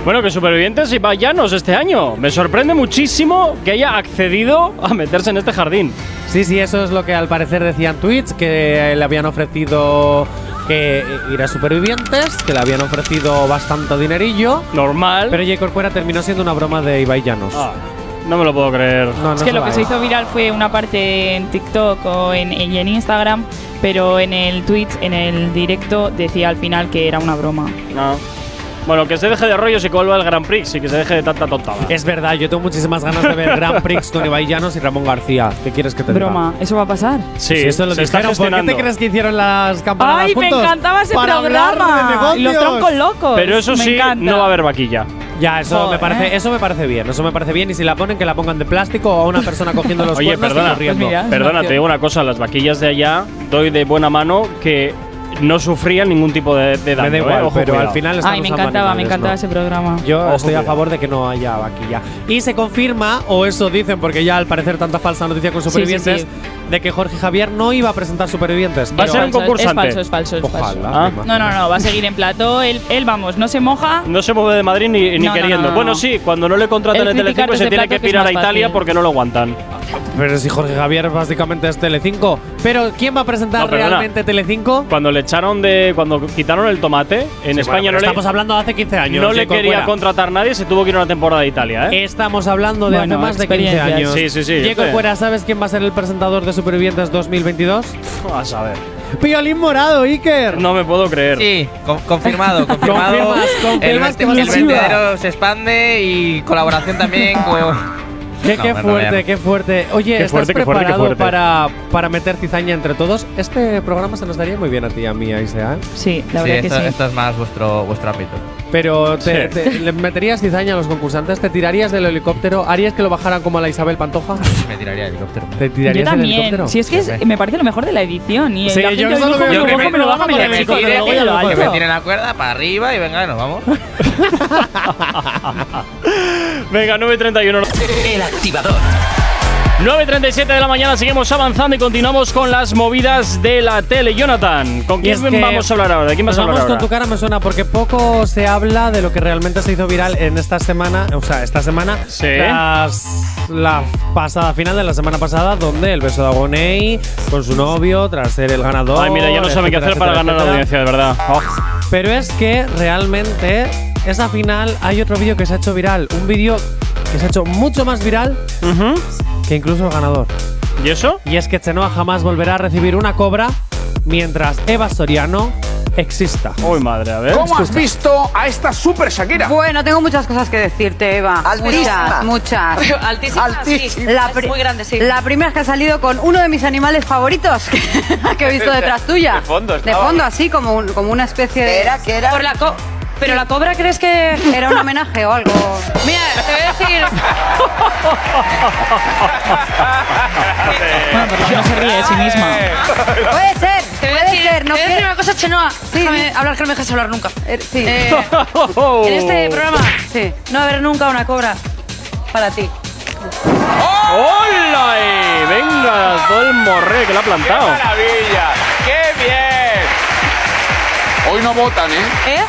[SPEAKER 2] Bueno, que supervivientes y vayanos este año. Me sorprende muchísimo que haya accedido a meterse en este jardín.
[SPEAKER 3] Sí, sí, eso es lo que al parecer decían Twitch, que eh, le habían ofrecido que eh, ir a Supervivientes, que le habían ofrecido bastante dinerillo.
[SPEAKER 2] Normal.
[SPEAKER 3] Pero J. Corcuera terminó siendo una broma de Ibai Llanos.
[SPEAKER 2] Ah, no me lo puedo creer.
[SPEAKER 3] No, no
[SPEAKER 4] es que lo
[SPEAKER 3] va
[SPEAKER 4] que
[SPEAKER 3] a
[SPEAKER 4] se
[SPEAKER 3] ir.
[SPEAKER 4] hizo viral fue una parte en TikTok o en, y en Instagram, pero en el Twitch, en el directo, decía al final que era una broma.
[SPEAKER 2] No. Bueno, que se deje de rollos y que vuelva el Grand Prix y que se deje de tanta tontada.
[SPEAKER 3] Es verdad, yo tengo muchísimas ganas de
[SPEAKER 4] (laughs)
[SPEAKER 3] ver Grand Prix con Ibai Llanos y Ramón García. ¿Qué quieres que te diga?
[SPEAKER 4] Broma, ¿eso va a pasar?
[SPEAKER 2] Sí,
[SPEAKER 3] Si esto lo
[SPEAKER 2] se está
[SPEAKER 3] dijeron, ¿por qué
[SPEAKER 2] gestionando.
[SPEAKER 3] te crees que hicieron las campanadas
[SPEAKER 4] ¡Ay, me
[SPEAKER 3] juntos?
[SPEAKER 4] encantaba ese
[SPEAKER 3] Para hablar
[SPEAKER 4] programa!
[SPEAKER 3] de
[SPEAKER 4] Los
[SPEAKER 3] negocios.
[SPEAKER 4] troncos locos.
[SPEAKER 2] Pero eso
[SPEAKER 4] me
[SPEAKER 2] sí,
[SPEAKER 4] encanta.
[SPEAKER 2] no va a haber vaquilla.
[SPEAKER 3] Ya, eso
[SPEAKER 4] Joder.
[SPEAKER 3] me parece, eso me parece bien, eso me parece bien. Y si la ponen, que la pongan de plástico o a una persona cogiendo los
[SPEAKER 2] (laughs) Oye,
[SPEAKER 3] cuernos y
[SPEAKER 2] perdona,
[SPEAKER 3] corriendo.
[SPEAKER 4] Pues mira.
[SPEAKER 2] perdona, te digo una cosa, las vaquillas de allá doy de buena mano que no sufrían ningún tipo de, de daño.
[SPEAKER 3] me da
[SPEAKER 2] ¿eh?
[SPEAKER 3] igual,
[SPEAKER 2] Ojo,
[SPEAKER 3] pero
[SPEAKER 2] cuidado.
[SPEAKER 3] al final están
[SPEAKER 4] Ay, me
[SPEAKER 3] usando
[SPEAKER 4] encantaba, me
[SPEAKER 3] animales,
[SPEAKER 4] encantaba
[SPEAKER 3] ¿no?
[SPEAKER 4] ese programa.
[SPEAKER 3] Yo
[SPEAKER 2] Ojo,
[SPEAKER 3] estoy a
[SPEAKER 2] cuidado.
[SPEAKER 3] favor de que no haya vaquilla. Y se confirma, o eso dicen, porque ya al parecer tanta falsa noticia con
[SPEAKER 4] sí,
[SPEAKER 3] Supervivientes,
[SPEAKER 4] sí.
[SPEAKER 3] de que Jorge Javier no iba a presentar Supervivientes.
[SPEAKER 2] Va a
[SPEAKER 3] pero-
[SPEAKER 2] ser un
[SPEAKER 4] Falso, es
[SPEAKER 2] concursante.
[SPEAKER 4] falso, es falso, es falso.
[SPEAKER 3] Ojalá.
[SPEAKER 2] Ah.
[SPEAKER 3] me
[SPEAKER 4] No,
[SPEAKER 3] imagino.
[SPEAKER 4] no, no, va a seguir en plató. Él, él, vamos, no se moja.
[SPEAKER 2] No se mueve de Madrid ni, ni
[SPEAKER 4] No, no,
[SPEAKER 2] queriendo.
[SPEAKER 4] no, no.
[SPEAKER 2] Bueno, sí, cuando no le contratan
[SPEAKER 4] El
[SPEAKER 2] en
[SPEAKER 4] criticar
[SPEAKER 2] Telecinco se
[SPEAKER 4] desde
[SPEAKER 2] tiene
[SPEAKER 4] plato
[SPEAKER 2] que
[SPEAKER 4] que es
[SPEAKER 2] pirar a
[SPEAKER 4] más
[SPEAKER 2] Italia
[SPEAKER 4] fácil.
[SPEAKER 2] porque no lo aguantan.
[SPEAKER 3] Pero si Jorge Javier básicamente es Telecinco. Pero ¿quién va a presentar
[SPEAKER 2] No, perdona.
[SPEAKER 3] realmente Telecinco?
[SPEAKER 2] Cuando le echaron de... Cuando quitaron el tomate, en
[SPEAKER 3] Sí,
[SPEAKER 2] España
[SPEAKER 3] bueno, pero
[SPEAKER 2] no le...
[SPEAKER 3] Estamos hablando de hace 15 años.
[SPEAKER 2] no le
[SPEAKER 3] Jacob
[SPEAKER 2] quería
[SPEAKER 3] Cuera.
[SPEAKER 2] contratar nadie, se tuvo que ir a una temporada de Italia, ¿eh?
[SPEAKER 3] Estamos hablando de
[SPEAKER 4] Bueno,
[SPEAKER 3] hace más de 15
[SPEAKER 4] experiencias.
[SPEAKER 3] años.
[SPEAKER 2] Sí, sí, sí, yo
[SPEAKER 3] Diego
[SPEAKER 2] sé.
[SPEAKER 3] Cuera, ¿sabes quién va a ser el presentador de Supervivientes 2022?
[SPEAKER 2] A saber.
[SPEAKER 3] Piolín Morado, Iker.
[SPEAKER 2] No me puedo creer.
[SPEAKER 7] Sí, con-
[SPEAKER 3] (laughs)
[SPEAKER 7] confirmado, confirmado.
[SPEAKER 3] Confirmas, confirmas
[SPEAKER 7] el,
[SPEAKER 3] que vas a
[SPEAKER 7] el
[SPEAKER 3] ser Chivas.
[SPEAKER 7] vertedero se expande y colaboración
[SPEAKER 3] (laughs)
[SPEAKER 7] también con.
[SPEAKER 3] Qué,
[SPEAKER 7] No,
[SPEAKER 3] qué
[SPEAKER 7] no, no,
[SPEAKER 3] fuerte,
[SPEAKER 7] no.
[SPEAKER 3] qué fuerte. Oye,
[SPEAKER 2] Qué
[SPEAKER 3] ¿estás
[SPEAKER 2] fuerte, qué fuerte, qué
[SPEAKER 3] preparado
[SPEAKER 2] fuerte.
[SPEAKER 3] Para, para meter cizaña entre todos? Este programa se nos daría muy bien a ti y a ¿eh? mí, Aisea.
[SPEAKER 4] Sí, la
[SPEAKER 7] Sí,
[SPEAKER 4] verdad
[SPEAKER 7] esto,
[SPEAKER 4] que sí.
[SPEAKER 7] esto es más vuestro, vuestro ámbito.
[SPEAKER 3] Pero te,
[SPEAKER 2] Sí.
[SPEAKER 3] te- le meterías cizaña a los concursantes, te tirarías del helicóptero, harías que lo bajaran como a la Isabel Pantoja.
[SPEAKER 7] Me tiraría el helicóptero.
[SPEAKER 3] ¿Te
[SPEAKER 4] Yo
[SPEAKER 3] tirarías del helicóptero?
[SPEAKER 4] también. Si es que es-
[SPEAKER 7] Hombre.
[SPEAKER 4] me parece lo mejor de la edición. Y
[SPEAKER 3] Sí,
[SPEAKER 4] la
[SPEAKER 3] yo
[SPEAKER 4] gente
[SPEAKER 3] solo
[SPEAKER 4] dijo,
[SPEAKER 3] veo-
[SPEAKER 4] "Yo
[SPEAKER 3] que
[SPEAKER 4] creo
[SPEAKER 3] me-
[SPEAKER 4] que me lo baja,
[SPEAKER 3] que
[SPEAKER 4] mira,
[SPEAKER 3] me
[SPEAKER 4] chico,
[SPEAKER 3] tire,
[SPEAKER 4] que luego yo lo
[SPEAKER 7] que me
[SPEAKER 4] alzo".
[SPEAKER 7] tiren la cuerda para arriba y venga, nos vamos.
[SPEAKER 2] Venga, 9.31.
[SPEAKER 1] El activador.
[SPEAKER 2] 9.37 de la mañana, seguimos avanzando y continuamos con las movidas de la tele. Jonathan, ¿con
[SPEAKER 3] Y es
[SPEAKER 2] quién
[SPEAKER 3] que
[SPEAKER 2] vamos a hablar ahora? ¿De quién vas
[SPEAKER 3] Nos
[SPEAKER 2] a hablar
[SPEAKER 3] vamos con
[SPEAKER 2] ahora?
[SPEAKER 3] tu cara me suena porque poco se habla de lo que realmente se hizo viral en esta semana, o sea, esta semana,
[SPEAKER 2] Sí.
[SPEAKER 3] tras la pasada final de la semana pasada, donde el beso de Agoney con su novio, tras ser el ganador.
[SPEAKER 2] Ay, mira, ya no saben qué
[SPEAKER 3] etcétera,
[SPEAKER 2] hacer para
[SPEAKER 3] etcétera,
[SPEAKER 2] ganar la audiencia,
[SPEAKER 3] etcétera.
[SPEAKER 2] de verdad. Oh.
[SPEAKER 3] Pero es que realmente esa final hay otro vídeo que se ha hecho viral, un vídeo que se ha hecho mucho más viral
[SPEAKER 2] Ujú.
[SPEAKER 3] que incluso el ganador.
[SPEAKER 2] ¿Y eso?
[SPEAKER 3] Y es que Chenoa jamás volverá a recibir una cobra mientras Eva Soriano exista.
[SPEAKER 2] Uy, madre, a ver.
[SPEAKER 9] visto a esta super Shakira?
[SPEAKER 10] Bueno, tengo muchas cosas que decirte, Eva.
[SPEAKER 9] Altísima.
[SPEAKER 10] Muchas, (laughs) muchas.
[SPEAKER 9] Altísima, Altísima.
[SPEAKER 10] La pri- La primera es que ha salido con uno de mis animales favoritos (laughs) que, que he
[SPEAKER 2] (laughs)
[SPEAKER 10] visto detrás tuya. De fondo, De fondo, así como, un- como una especie de.
[SPEAKER 9] Ah, Era que era.
[SPEAKER 10] Por la co- Pero la cobra crees que era un homenaje o algo. Mira, te voy a decir.
[SPEAKER 4] (laughs) Bueno, pero no se ríe de sí misma.
[SPEAKER 10] Puede ser, puede ser. No quiero-
[SPEAKER 9] cosa, Chenoa.
[SPEAKER 10] Sí, sí.
[SPEAKER 9] hablar que no me dejas hablar nunca.
[SPEAKER 10] Eh, sí.
[SPEAKER 4] (laughs)
[SPEAKER 9] En este programa.
[SPEAKER 10] sí. No haber nunca una cobra para ti.
[SPEAKER 2] ¡Hola! eh! Venga, todo el morre que la ha plantado.
[SPEAKER 9] maravilla! ¡Qué bien! Hoy no votan, ¿eh?
[SPEAKER 10] ¿Eh?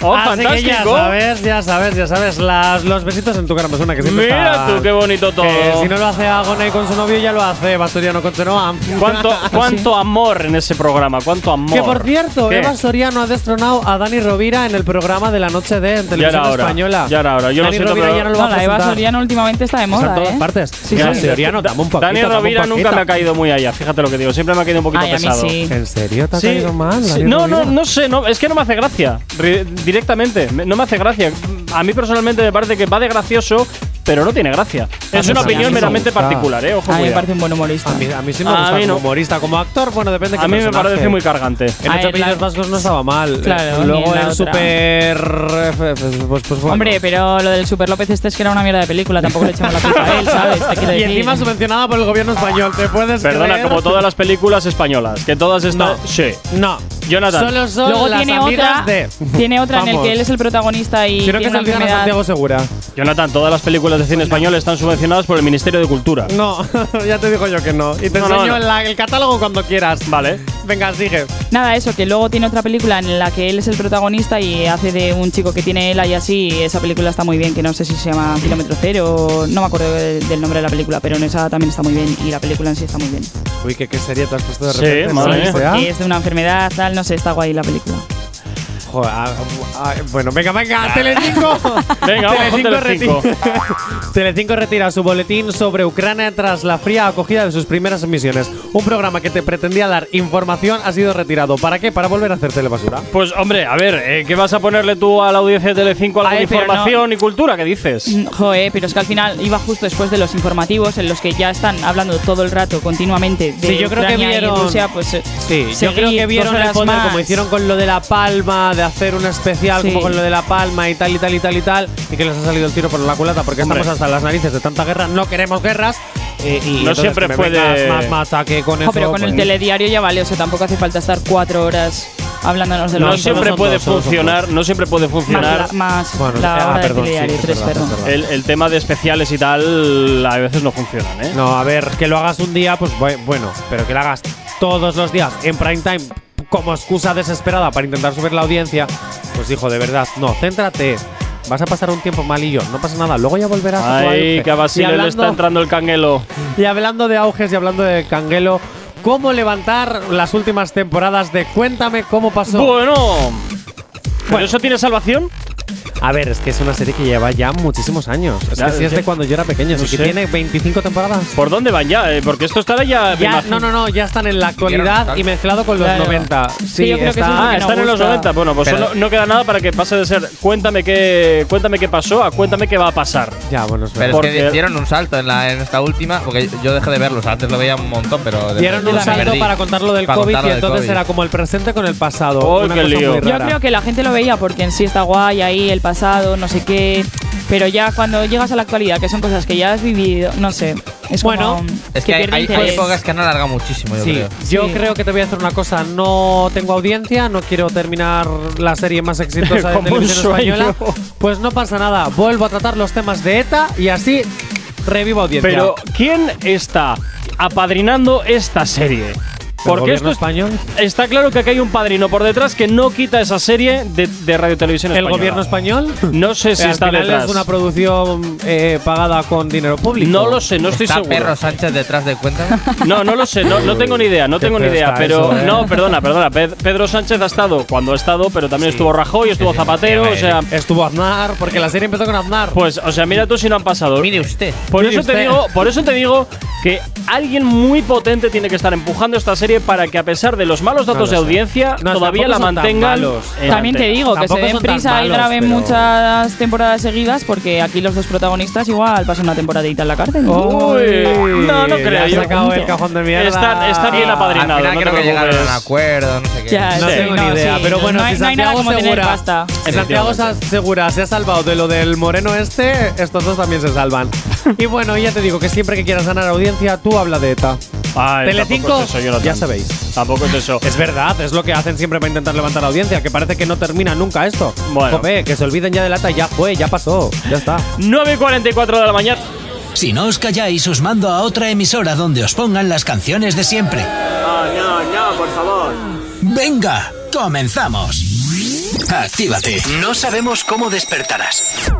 [SPEAKER 2] ¡Oh,
[SPEAKER 3] Así Ah, que ya
[SPEAKER 2] fantástico!
[SPEAKER 3] sabes, ya sabes, ya sabes. Las, los besitos en tu cara me suena que siempre
[SPEAKER 2] Mira
[SPEAKER 3] están-
[SPEAKER 2] tú, qué bonito todo.
[SPEAKER 3] Que si no lo hace Agonay con su novio, ya lo hace Bastoriano con Chenoa. (laughs)
[SPEAKER 2] ¿Cuánto, cuánto amor en ese programa? ¿Cuánto amor?
[SPEAKER 3] Que por cierto,
[SPEAKER 2] ¿Qué?
[SPEAKER 3] ¿eh? Eva Soriano ha destronado a Dani Rovira en el programa de la noche de en
[SPEAKER 2] Ya
[SPEAKER 3] Televisión
[SPEAKER 2] era hora.
[SPEAKER 3] Española.
[SPEAKER 2] Ya era hora. Yo lo
[SPEAKER 3] Dani
[SPEAKER 2] siento,
[SPEAKER 3] Rovira
[SPEAKER 2] pero-
[SPEAKER 3] ya no lo va
[SPEAKER 4] No,
[SPEAKER 3] a
[SPEAKER 4] la Eva
[SPEAKER 3] presentar.
[SPEAKER 4] Soriano últimamente está de
[SPEAKER 3] Está en
[SPEAKER 4] moda,
[SPEAKER 3] todas
[SPEAKER 4] ¿eh?
[SPEAKER 3] partes.
[SPEAKER 4] Sí,
[SPEAKER 3] Eva
[SPEAKER 4] sí.
[SPEAKER 3] Soriano, dame un poquito.
[SPEAKER 2] Dani
[SPEAKER 3] dame un
[SPEAKER 2] Rovira nunca
[SPEAKER 3] poquito.
[SPEAKER 2] me ha caído muy allá, fíjate lo que digo. Siempre me ha caído un poquito
[SPEAKER 4] Ay, a mí
[SPEAKER 2] pesado.
[SPEAKER 4] sí.
[SPEAKER 3] ¿En serio te ha
[SPEAKER 2] Sí,
[SPEAKER 3] caído mal?
[SPEAKER 2] sí,
[SPEAKER 3] Dani
[SPEAKER 2] no, no,
[SPEAKER 3] Rovira?
[SPEAKER 2] no sé, no, es que no me hace gracia, ri- directamente, me- no me hace gracia. A mí personalmente me parece que va de gracioso, pero no tiene gracia. Es una opinión meramente particular, ¿eh? Ojo,
[SPEAKER 4] a mí me
[SPEAKER 2] cuidado.
[SPEAKER 4] parece un buen humorista.
[SPEAKER 3] A mí, a mí sí me
[SPEAKER 2] A
[SPEAKER 3] gusta
[SPEAKER 2] mí
[SPEAKER 3] como
[SPEAKER 2] no.
[SPEAKER 3] humorista, como actor, bueno, depende de
[SPEAKER 2] A
[SPEAKER 3] qué
[SPEAKER 2] mí me
[SPEAKER 3] personaje.
[SPEAKER 2] parece muy cargante.
[SPEAKER 3] En
[SPEAKER 2] A
[SPEAKER 3] Ocho
[SPEAKER 2] ver,
[SPEAKER 3] Apellidos Vascos no estaba mal.
[SPEAKER 4] Claro, ni
[SPEAKER 3] Luego el
[SPEAKER 4] la otra.
[SPEAKER 3] super. eh, Pues, pues, pues, bueno.
[SPEAKER 4] Hombre, pero lo del Super López este es que era una mierda de película, tampoco le echamos la culpa a él, ¿sabes? Te
[SPEAKER 3] (laughs)
[SPEAKER 4] quiero
[SPEAKER 3] Y
[SPEAKER 4] decir.
[SPEAKER 3] encima subvencionada por el gobierno español, ¿te puedes
[SPEAKER 2] Perdona,
[SPEAKER 3] creer?
[SPEAKER 2] como todas las películas españolas, que todas están. Sí.
[SPEAKER 3] No.
[SPEAKER 2] Jonathan.
[SPEAKER 3] Solo son
[SPEAKER 4] Luego
[SPEAKER 3] las
[SPEAKER 4] tiene
[SPEAKER 3] amigas
[SPEAKER 4] otra,
[SPEAKER 3] de.
[SPEAKER 4] tiene otra en el
[SPEAKER 3] Vamos.
[SPEAKER 4] que él es el protagonista y
[SPEAKER 3] Creo
[SPEAKER 4] tiene
[SPEAKER 3] que es
[SPEAKER 4] una
[SPEAKER 3] el de
[SPEAKER 4] enfermedad.
[SPEAKER 3] Santiago Segura.
[SPEAKER 2] Jonathan, todas las películas de cine español están subvencionadas por el Ministerio de Cultura.
[SPEAKER 3] No, (laughs) ya te digo yo que no. Y te
[SPEAKER 2] No, no,
[SPEAKER 3] enseño
[SPEAKER 2] no.
[SPEAKER 3] la- el catálogo cuando quieras.
[SPEAKER 2] Vale.
[SPEAKER 3] Venga, sigue.
[SPEAKER 4] Nada, eso, que luego tiene otra película en la que él es el protagonista y hace de un chico que tiene ELA y así. y esa película está muy bien, que no sé si se llama Kilómetro Cero, o- no me acuerdo de- del nombre de la película, pero en esa también está muy bien y la película en sí está muy bien.
[SPEAKER 3] Uy, qué, qué serie te has puesto de
[SPEAKER 2] Sí,
[SPEAKER 3] repente.
[SPEAKER 2] madre
[SPEAKER 3] ¿no?
[SPEAKER 2] mía.
[SPEAKER 3] Sea.
[SPEAKER 4] Y es de una enfermedad, tal, no sé, está guay la película.
[SPEAKER 3] Joder, ah, ah, bueno, venga, venga, Telecinco.
[SPEAKER 2] (laughs) Venga, vamos con Telecinco.
[SPEAKER 3] reti- Telecinco retira (laughs) su boletín sobre Ucrania tras la fría acogida de sus primeras emisiones. Un programa que te pretendía dar información ha sido retirado. ¿Para qué? Para volver a hacer telebasura.
[SPEAKER 2] Pues, hombre, a ver, eh, ¿qué vas a ponerle tú a la audiencia de Telecinco
[SPEAKER 3] Ah,
[SPEAKER 2] algo
[SPEAKER 4] Ay,
[SPEAKER 2] de
[SPEAKER 4] pero no.
[SPEAKER 2] información y cultura? ¿Qué dices?
[SPEAKER 4] Mm, Joe, pero es que al final iba justo después de los informativos en los que ya están hablando todo el rato continuamente de
[SPEAKER 3] Sí, yo creo que
[SPEAKER 4] Ucrania y
[SPEAKER 3] vieron-
[SPEAKER 4] Rusia, pues eh,
[SPEAKER 3] Sí, yo
[SPEAKER 4] seguir
[SPEAKER 3] creo que
[SPEAKER 4] dos
[SPEAKER 3] vieron el
[SPEAKER 4] horas
[SPEAKER 3] poder
[SPEAKER 4] más.
[SPEAKER 3] como hicieron con lo de La Palma, de hacer un especial
[SPEAKER 4] Sí.
[SPEAKER 3] como con lo de La Palma y tal y tal y tal y tal, y que les ha salido el tiro por la culata porque
[SPEAKER 2] Hombre.
[SPEAKER 3] estamos hasta las narices de tanta guerra, no queremos guerras. eh, y
[SPEAKER 2] No
[SPEAKER 3] entonces
[SPEAKER 2] siempre
[SPEAKER 3] que me
[SPEAKER 2] fue de-
[SPEAKER 3] vengas Más machaque con
[SPEAKER 4] Jo,
[SPEAKER 3] eso,
[SPEAKER 4] pero con el
[SPEAKER 3] pues-
[SPEAKER 4] telediario ya vale, o sea, tampoco hace falta estar cuatro horas hablándonos de lo
[SPEAKER 2] No
[SPEAKER 4] mismo.
[SPEAKER 2] siempre
[SPEAKER 3] son
[SPEAKER 2] puede
[SPEAKER 3] dos, solo son
[SPEAKER 2] funcionar, no siempre puede
[SPEAKER 4] más, la,
[SPEAKER 2] funcionar.
[SPEAKER 4] más
[SPEAKER 3] Bueno,
[SPEAKER 4] la
[SPEAKER 3] ah,
[SPEAKER 4] hora
[SPEAKER 3] perdón,
[SPEAKER 4] de
[SPEAKER 3] sí,
[SPEAKER 4] telediario,
[SPEAKER 3] es
[SPEAKER 4] tres,
[SPEAKER 3] verdad,
[SPEAKER 4] perdón.
[SPEAKER 3] es verdad.
[SPEAKER 2] El, el tema de especiales y tal a veces no funcionan, ¿eh?
[SPEAKER 3] No, a ver, que lo hagas un día, pues bu- bueno, pero que lo hagas todos los días en prime time como excusa desesperada para intentar subir la audiencia, pues hijo, de verdad, no, céntrate. Vas a pasar un tiempo malillo, no pasa nada, luego ya volverás a
[SPEAKER 2] Ay,
[SPEAKER 3] tu auge.
[SPEAKER 2] que a
[SPEAKER 3] Y
[SPEAKER 2] Basile le
[SPEAKER 3] hablando-
[SPEAKER 2] está entrando el canguelo.
[SPEAKER 3] Y hablando de auges y hablando de canguelo, ¿cómo levantar las últimas temporadas de Cuéntame cómo pasó?
[SPEAKER 2] Bueno. ¿Pero eso tiene salvación?
[SPEAKER 3] A ver, es que es una serie que lleva ya muchísimos años. Es
[SPEAKER 2] Ya,
[SPEAKER 3] que sí es
[SPEAKER 2] ya.
[SPEAKER 3] de cuando yo era pequeño,
[SPEAKER 2] No
[SPEAKER 3] así
[SPEAKER 2] sé.
[SPEAKER 3] que tiene 25 temporadas.
[SPEAKER 2] ¿Por dónde van ya? Eh, Porque esto estará ya. me
[SPEAKER 3] Ya,
[SPEAKER 2] imagino.
[SPEAKER 3] no, no, no, ya están en la actualidad y mezclado con los
[SPEAKER 4] Claro.
[SPEAKER 3] 90. Sí,
[SPEAKER 4] Sí, yo creo que
[SPEAKER 3] está-
[SPEAKER 4] eso es lo
[SPEAKER 2] Ah,
[SPEAKER 4] que no
[SPEAKER 2] están en los
[SPEAKER 4] gusta.
[SPEAKER 2] 90. Bueno, pues
[SPEAKER 3] Pero-
[SPEAKER 2] no, no queda nada para que pase de ser cuéntame qué, cuéntame qué pasó a cuéntame qué va a pasar.
[SPEAKER 3] Ya, bueno, es verdad.
[SPEAKER 7] Pero es
[SPEAKER 2] Porque-
[SPEAKER 7] que dieron un salto en, la, en esta última, porque yo dejé de verlos, antes lo veía un montón, pero. de-
[SPEAKER 3] Dieron
[SPEAKER 7] me
[SPEAKER 3] un salto
[SPEAKER 7] perdí.
[SPEAKER 3] para contar lo del
[SPEAKER 7] Para
[SPEAKER 3] COVID
[SPEAKER 7] contar
[SPEAKER 3] y
[SPEAKER 7] lo del
[SPEAKER 3] entonces
[SPEAKER 7] COVID.
[SPEAKER 3] era como el presente con el pasado.
[SPEAKER 2] Oh,
[SPEAKER 3] Una
[SPEAKER 2] qué
[SPEAKER 3] cosa
[SPEAKER 2] lío.
[SPEAKER 3] muy
[SPEAKER 4] Yo
[SPEAKER 3] rara.
[SPEAKER 4] creo que la gente lo veía porque en sí está guay ahí, el pasado, no sé qué. Pero ya cuando llegas a la actualidad, que son cosas que ya has vivido, no sé. Es
[SPEAKER 3] Bueno,
[SPEAKER 4] como
[SPEAKER 7] Es que, hay,
[SPEAKER 4] pierde
[SPEAKER 7] hay
[SPEAKER 4] interés.
[SPEAKER 7] épocas que han alargado muchísimo, yo
[SPEAKER 3] Sí,
[SPEAKER 7] creo.
[SPEAKER 3] yo
[SPEAKER 4] Sí.
[SPEAKER 3] creo que te voy a hacer una cosa. No tengo audiencia, no quiero terminar la serie más
[SPEAKER 2] (laughs)
[SPEAKER 3] exitosa de
[SPEAKER 2] Como un
[SPEAKER 3] televisión
[SPEAKER 2] sueño.
[SPEAKER 3] española. Pues no pasa nada. Vuelvo a tratar los temas de ETA y así revivo audiencia.
[SPEAKER 2] Pero ¿quién está apadrinando esta serie? Porque esto
[SPEAKER 3] gobierno
[SPEAKER 2] es-
[SPEAKER 3] español?
[SPEAKER 2] está claro que aquí hay un padrino por detrás que no quita esa serie de, de radio televisión
[SPEAKER 3] ¿El
[SPEAKER 2] española.
[SPEAKER 3] gobierno español?
[SPEAKER 2] (laughs) No sé si
[SPEAKER 3] Al
[SPEAKER 2] está
[SPEAKER 3] final
[SPEAKER 2] detrás.
[SPEAKER 3] es una producción eh, pagada con dinero público.
[SPEAKER 2] No lo sé, no estoy
[SPEAKER 7] ¿Está
[SPEAKER 2] seguro.
[SPEAKER 7] Perro Sánchez detrás de
[SPEAKER 3] (laughs)
[SPEAKER 7] cuenta?
[SPEAKER 2] No, no lo sé, no, no tengo ni idea, no
[SPEAKER 3] Qué
[SPEAKER 2] tengo ni
[SPEAKER 3] feo
[SPEAKER 2] idea,
[SPEAKER 3] está
[SPEAKER 2] pero
[SPEAKER 3] eso, ¿eh?
[SPEAKER 2] no, perdona, perdona, Ped- Pedro Sánchez ha estado cuando ha estado, pero también estuvo Rajoy, estuvo
[SPEAKER 7] sí,
[SPEAKER 2] Zapatero, o sea,
[SPEAKER 3] Estuvo Aznar, porque la serie empezó con Aznar.
[SPEAKER 2] pues, o sea, mira tú si no han pasado.
[SPEAKER 7] Mire usted.
[SPEAKER 2] Por
[SPEAKER 3] mire
[SPEAKER 2] eso te
[SPEAKER 3] usted.
[SPEAKER 2] digo, por eso te digo que alguien muy potente tiene que estar empujando esta serie para que a pesar de los malos datos
[SPEAKER 3] lo
[SPEAKER 2] de
[SPEAKER 3] sé.
[SPEAKER 2] audiencia
[SPEAKER 3] No,
[SPEAKER 2] todavía la
[SPEAKER 3] tampoco son tan
[SPEAKER 2] mantengan.
[SPEAKER 3] malos.
[SPEAKER 2] en
[SPEAKER 4] También te
[SPEAKER 2] antena.
[SPEAKER 4] digo que se
[SPEAKER 3] Tampoco
[SPEAKER 4] den
[SPEAKER 3] son tan
[SPEAKER 4] prisa y
[SPEAKER 3] malos,
[SPEAKER 4] graben
[SPEAKER 3] pero-
[SPEAKER 4] muchas temporadas seguidas porque aquí los dos protagonistas igual pasan una temporadita en la cárcel.
[SPEAKER 2] Uy, no, no creo.
[SPEAKER 3] Ya
[SPEAKER 2] yo.
[SPEAKER 3] has sacado el cajón de mierda. Ah.
[SPEAKER 2] Están- están bien apadrinados.
[SPEAKER 7] Al final
[SPEAKER 2] no te
[SPEAKER 7] creo que llegaron a un
[SPEAKER 2] preocupes.
[SPEAKER 7] acuerdo, no sé qué.
[SPEAKER 4] Ya,
[SPEAKER 3] No
[SPEAKER 2] Sí.
[SPEAKER 3] tengo ni
[SPEAKER 4] no,
[SPEAKER 3] idea,
[SPEAKER 4] sí,
[SPEAKER 3] pero
[SPEAKER 4] no,
[SPEAKER 3] bueno,
[SPEAKER 4] no
[SPEAKER 3] si
[SPEAKER 4] hay- no hay
[SPEAKER 3] Santiago
[SPEAKER 4] nada como tener
[SPEAKER 3] Segura,
[SPEAKER 4] pasta.
[SPEAKER 3] si Santiago Sa- Segura se ha salvado de lo del moreno este, estos dos también se
[SPEAKER 4] (laughs)
[SPEAKER 3] salvan. y bueno, ya te digo que siempre que quieras ganar audiencia, tú habla de ETA.
[SPEAKER 2] Ay,
[SPEAKER 3] Telecinco,
[SPEAKER 2] Ah, tampoco es eso, Jonathan.
[SPEAKER 3] ya sabéis.
[SPEAKER 2] Tampoco es eso.
[SPEAKER 3] Es verdad, es lo que hacen siempre para intentar levantar audiencia, que parece que no termina nunca esto.
[SPEAKER 2] Bueno.
[SPEAKER 3] Jope, que se olviden ya de la ETA, ya fue, ya pasó, ya está.
[SPEAKER 2] 9 y 44 de la mañana.
[SPEAKER 1] Si no os calláis, os mando a otra emisora donde os pongan las canciones de siempre. No, no, no, por favor. Venga, comenzamos. Actívate. No sabemos cómo despertarás,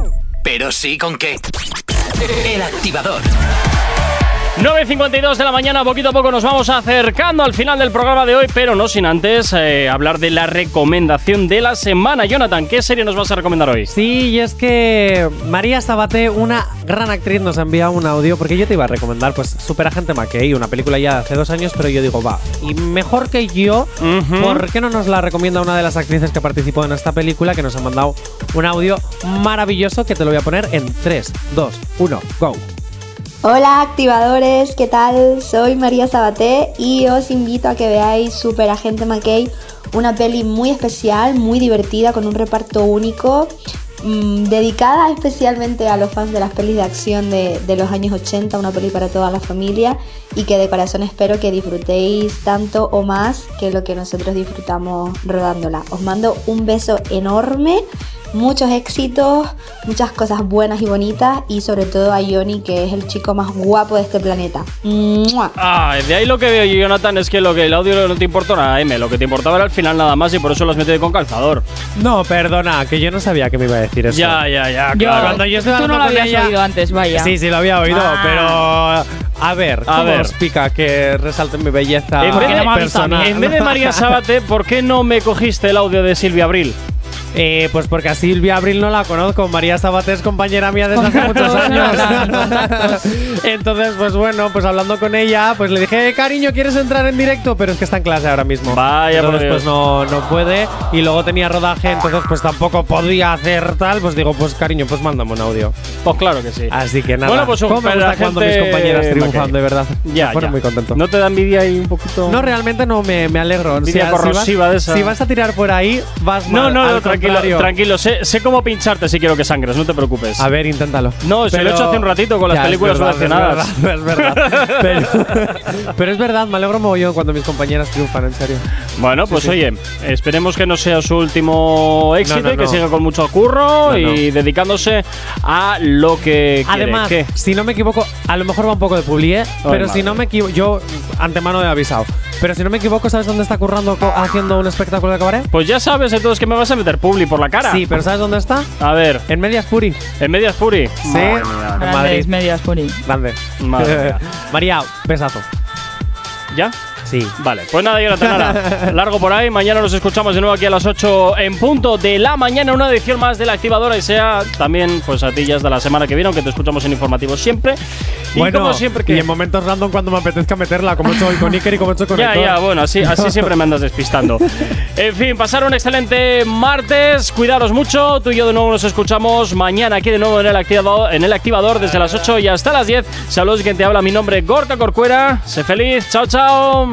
[SPEAKER 1] pero sí con qué. El activador.
[SPEAKER 2] 9.52 de la mañana, poquito a poco nos vamos acercando al final del programa de hoy, pero no sin antes eh, hablar de la recomendación de la semana. Jonathan, ¿qué serie nos vas a recomendar hoy?
[SPEAKER 3] Sí, y es que María Sabaté, una gran actriz, nos ha enviado un audio porque yo te iba a recomendar, pues, Superagente McKay, una película ya de hace dos años, pero yo digo, va, y mejor que yo,
[SPEAKER 2] Ujú.
[SPEAKER 3] ¿por qué no nos la recomienda una de las actrices que participó en esta película que nos ha mandado un audio maravilloso que te lo voy a poner en 3, 2, 1, go?
[SPEAKER 11] Hola activadores, ¿qué tal? Soy María Sabaté y os invito a que veáis Super Agente McKay, una peli muy especial, muy divertida, con un reparto único, mm, dedicada especialmente a los fans de las pelis de acción de, de los años 80, una peli para toda la familia y que de corazón espero que disfrutéis tanto o más que lo que nosotros disfrutamos rodándola. Os mando un beso enorme muchos éxitos, muchas cosas buenas y bonitas y sobre todo a Johnny que es el chico más guapo de este planeta. ¡Mua!
[SPEAKER 2] Ah, de ahí lo que veo yo, Jonathan, es que lo que el audio no te importó nada, M. Lo que te importaba era el final nada más y por eso lo has metido con calzador.
[SPEAKER 3] No, perdona, que yo no sabía que me iba a decir eso.
[SPEAKER 2] Ya, ya, ya.
[SPEAKER 3] Yo-
[SPEAKER 2] claro.
[SPEAKER 3] Cuando yo estaba
[SPEAKER 4] Tú no lo
[SPEAKER 3] hablando con
[SPEAKER 4] habías
[SPEAKER 3] ella-
[SPEAKER 4] oído antes, vaya.
[SPEAKER 3] Sí, sí, lo había oído,
[SPEAKER 4] Ah.
[SPEAKER 3] pero a ver,
[SPEAKER 2] A
[SPEAKER 3] ¿cómo
[SPEAKER 2] ver.
[SPEAKER 3] os pica que resalte mi belleza
[SPEAKER 2] En vez, de,
[SPEAKER 3] personal?
[SPEAKER 2] en vez de
[SPEAKER 3] (laughs)
[SPEAKER 2] María Sábate, ¿por qué no me cogiste el audio de Silvia Abril?
[SPEAKER 3] Eh, pues porque a Silvia Abril no la conozco. María Sabaté es compañera mía desde
[SPEAKER 7] (laughs)
[SPEAKER 3] hace muchos años. Entonces, pues bueno, pues hablando con ella, pues le dije, "Eh, cariño, ¿quieres entrar en directo? Pero es que está en clase ahora mismo.
[SPEAKER 2] Vaya, por
[SPEAKER 3] entonces, pues
[SPEAKER 2] Dios.
[SPEAKER 3] no, no puede. Y luego tenía rodaje, entonces pues tampoco podía hacer tal. Pues digo, pues cariño, pues mándame un audio.
[SPEAKER 2] Pues claro que sí.
[SPEAKER 3] Así que nada.
[SPEAKER 2] Bueno, pues un
[SPEAKER 3] ¿Cómo me gusta cuando mis
[SPEAKER 2] superagente
[SPEAKER 3] compañeras triunfan,
[SPEAKER 2] Mackay.
[SPEAKER 3] de verdad.
[SPEAKER 2] Ya,
[SPEAKER 3] Me pone
[SPEAKER 2] ya.
[SPEAKER 3] muy contento.
[SPEAKER 2] ¿No te da envidia ahí un poquito?
[SPEAKER 3] No, realmente no, me, me alegro.
[SPEAKER 2] Envidia
[SPEAKER 3] vas-
[SPEAKER 2] corrosiva de esa.
[SPEAKER 3] si vas a tirar por ahí, vas
[SPEAKER 2] No,
[SPEAKER 3] mal,
[SPEAKER 2] no,
[SPEAKER 3] al
[SPEAKER 2] no, tranquilo,
[SPEAKER 3] contrario.
[SPEAKER 2] tranquilo. Sé, sé cómo pincharte si quiero que sangres, no te preocupes.
[SPEAKER 3] A ver, inténtalo.
[SPEAKER 2] No, se lo he
[SPEAKER 3] Pero-
[SPEAKER 2] hecho hace un ratito con las
[SPEAKER 3] Ya, es
[SPEAKER 2] películas
[SPEAKER 3] verdad,
[SPEAKER 2] relacionadas.
[SPEAKER 3] Es verdad, es verdad.
[SPEAKER 2] (laughs)
[SPEAKER 3] pero, (laughs) pero es verdad, me alegro mogollón cuando mis compañeras triunfan, en serio.
[SPEAKER 2] Bueno, pues
[SPEAKER 3] sí.
[SPEAKER 2] oye, esperemos que no sea su último éxito
[SPEAKER 3] No, no,
[SPEAKER 2] y que
[SPEAKER 3] no.
[SPEAKER 2] siga con mucho curro
[SPEAKER 3] No, no.
[SPEAKER 2] y dedicándose a lo que quiere.
[SPEAKER 3] Además,
[SPEAKER 2] ¿Qué?
[SPEAKER 3] si no me equivoco, a lo mejor va un poco de publi, ¿eh?
[SPEAKER 2] Ay,
[SPEAKER 3] pero
[SPEAKER 2] madre.
[SPEAKER 3] si no me equivoco, yo antemano he avisado. Pero si no me equivoco, ¿sabes dónde está currando co- haciendo un espectáculo de cabaret?
[SPEAKER 2] Pues ya sabes entonces que me vas a meter publi por la cara.
[SPEAKER 3] Sí, pero ¿sabes dónde está?
[SPEAKER 2] A ver.
[SPEAKER 3] En Medias Puri.
[SPEAKER 2] En Medias Puri.
[SPEAKER 3] Sí, en Madrid.
[SPEAKER 4] Grandes medias por ahí.
[SPEAKER 3] Grande.
[SPEAKER 2] Madre mía.
[SPEAKER 3] (laughs) María, besazo.
[SPEAKER 2] ¿Ya?
[SPEAKER 3] Sí.
[SPEAKER 2] Vale, pues nada, Jonathan,
[SPEAKER 3] (laughs)
[SPEAKER 2] nada. Largo por ahí. Mañana nos escuchamos de nuevo aquí a las 8 en punto de la mañana. Una edición más de la activadora y sea también, pues a ti ya es de la semana que viene, aunque te escuchamos en informativos siempre. Y
[SPEAKER 3] bueno,
[SPEAKER 2] como siempre
[SPEAKER 3] y
[SPEAKER 2] que.
[SPEAKER 3] en momentos random cuando me apetezca meterla, como he hecho hoy con Iker y como he hecho con
[SPEAKER 2] Ya,
[SPEAKER 3] Héctor.
[SPEAKER 2] ya, bueno,
[SPEAKER 3] (laughs)
[SPEAKER 2] así, así siempre me andas despistando. En fin, pasar un excelente martes, cuidaros mucho, tú y yo de nuevo nos escuchamos mañana aquí de nuevo en el activador, en el activador desde las 8 y hasta las 10. Saludos, quien te habla, mi nombre es Gorka Corcuera, sé feliz, chao, chao.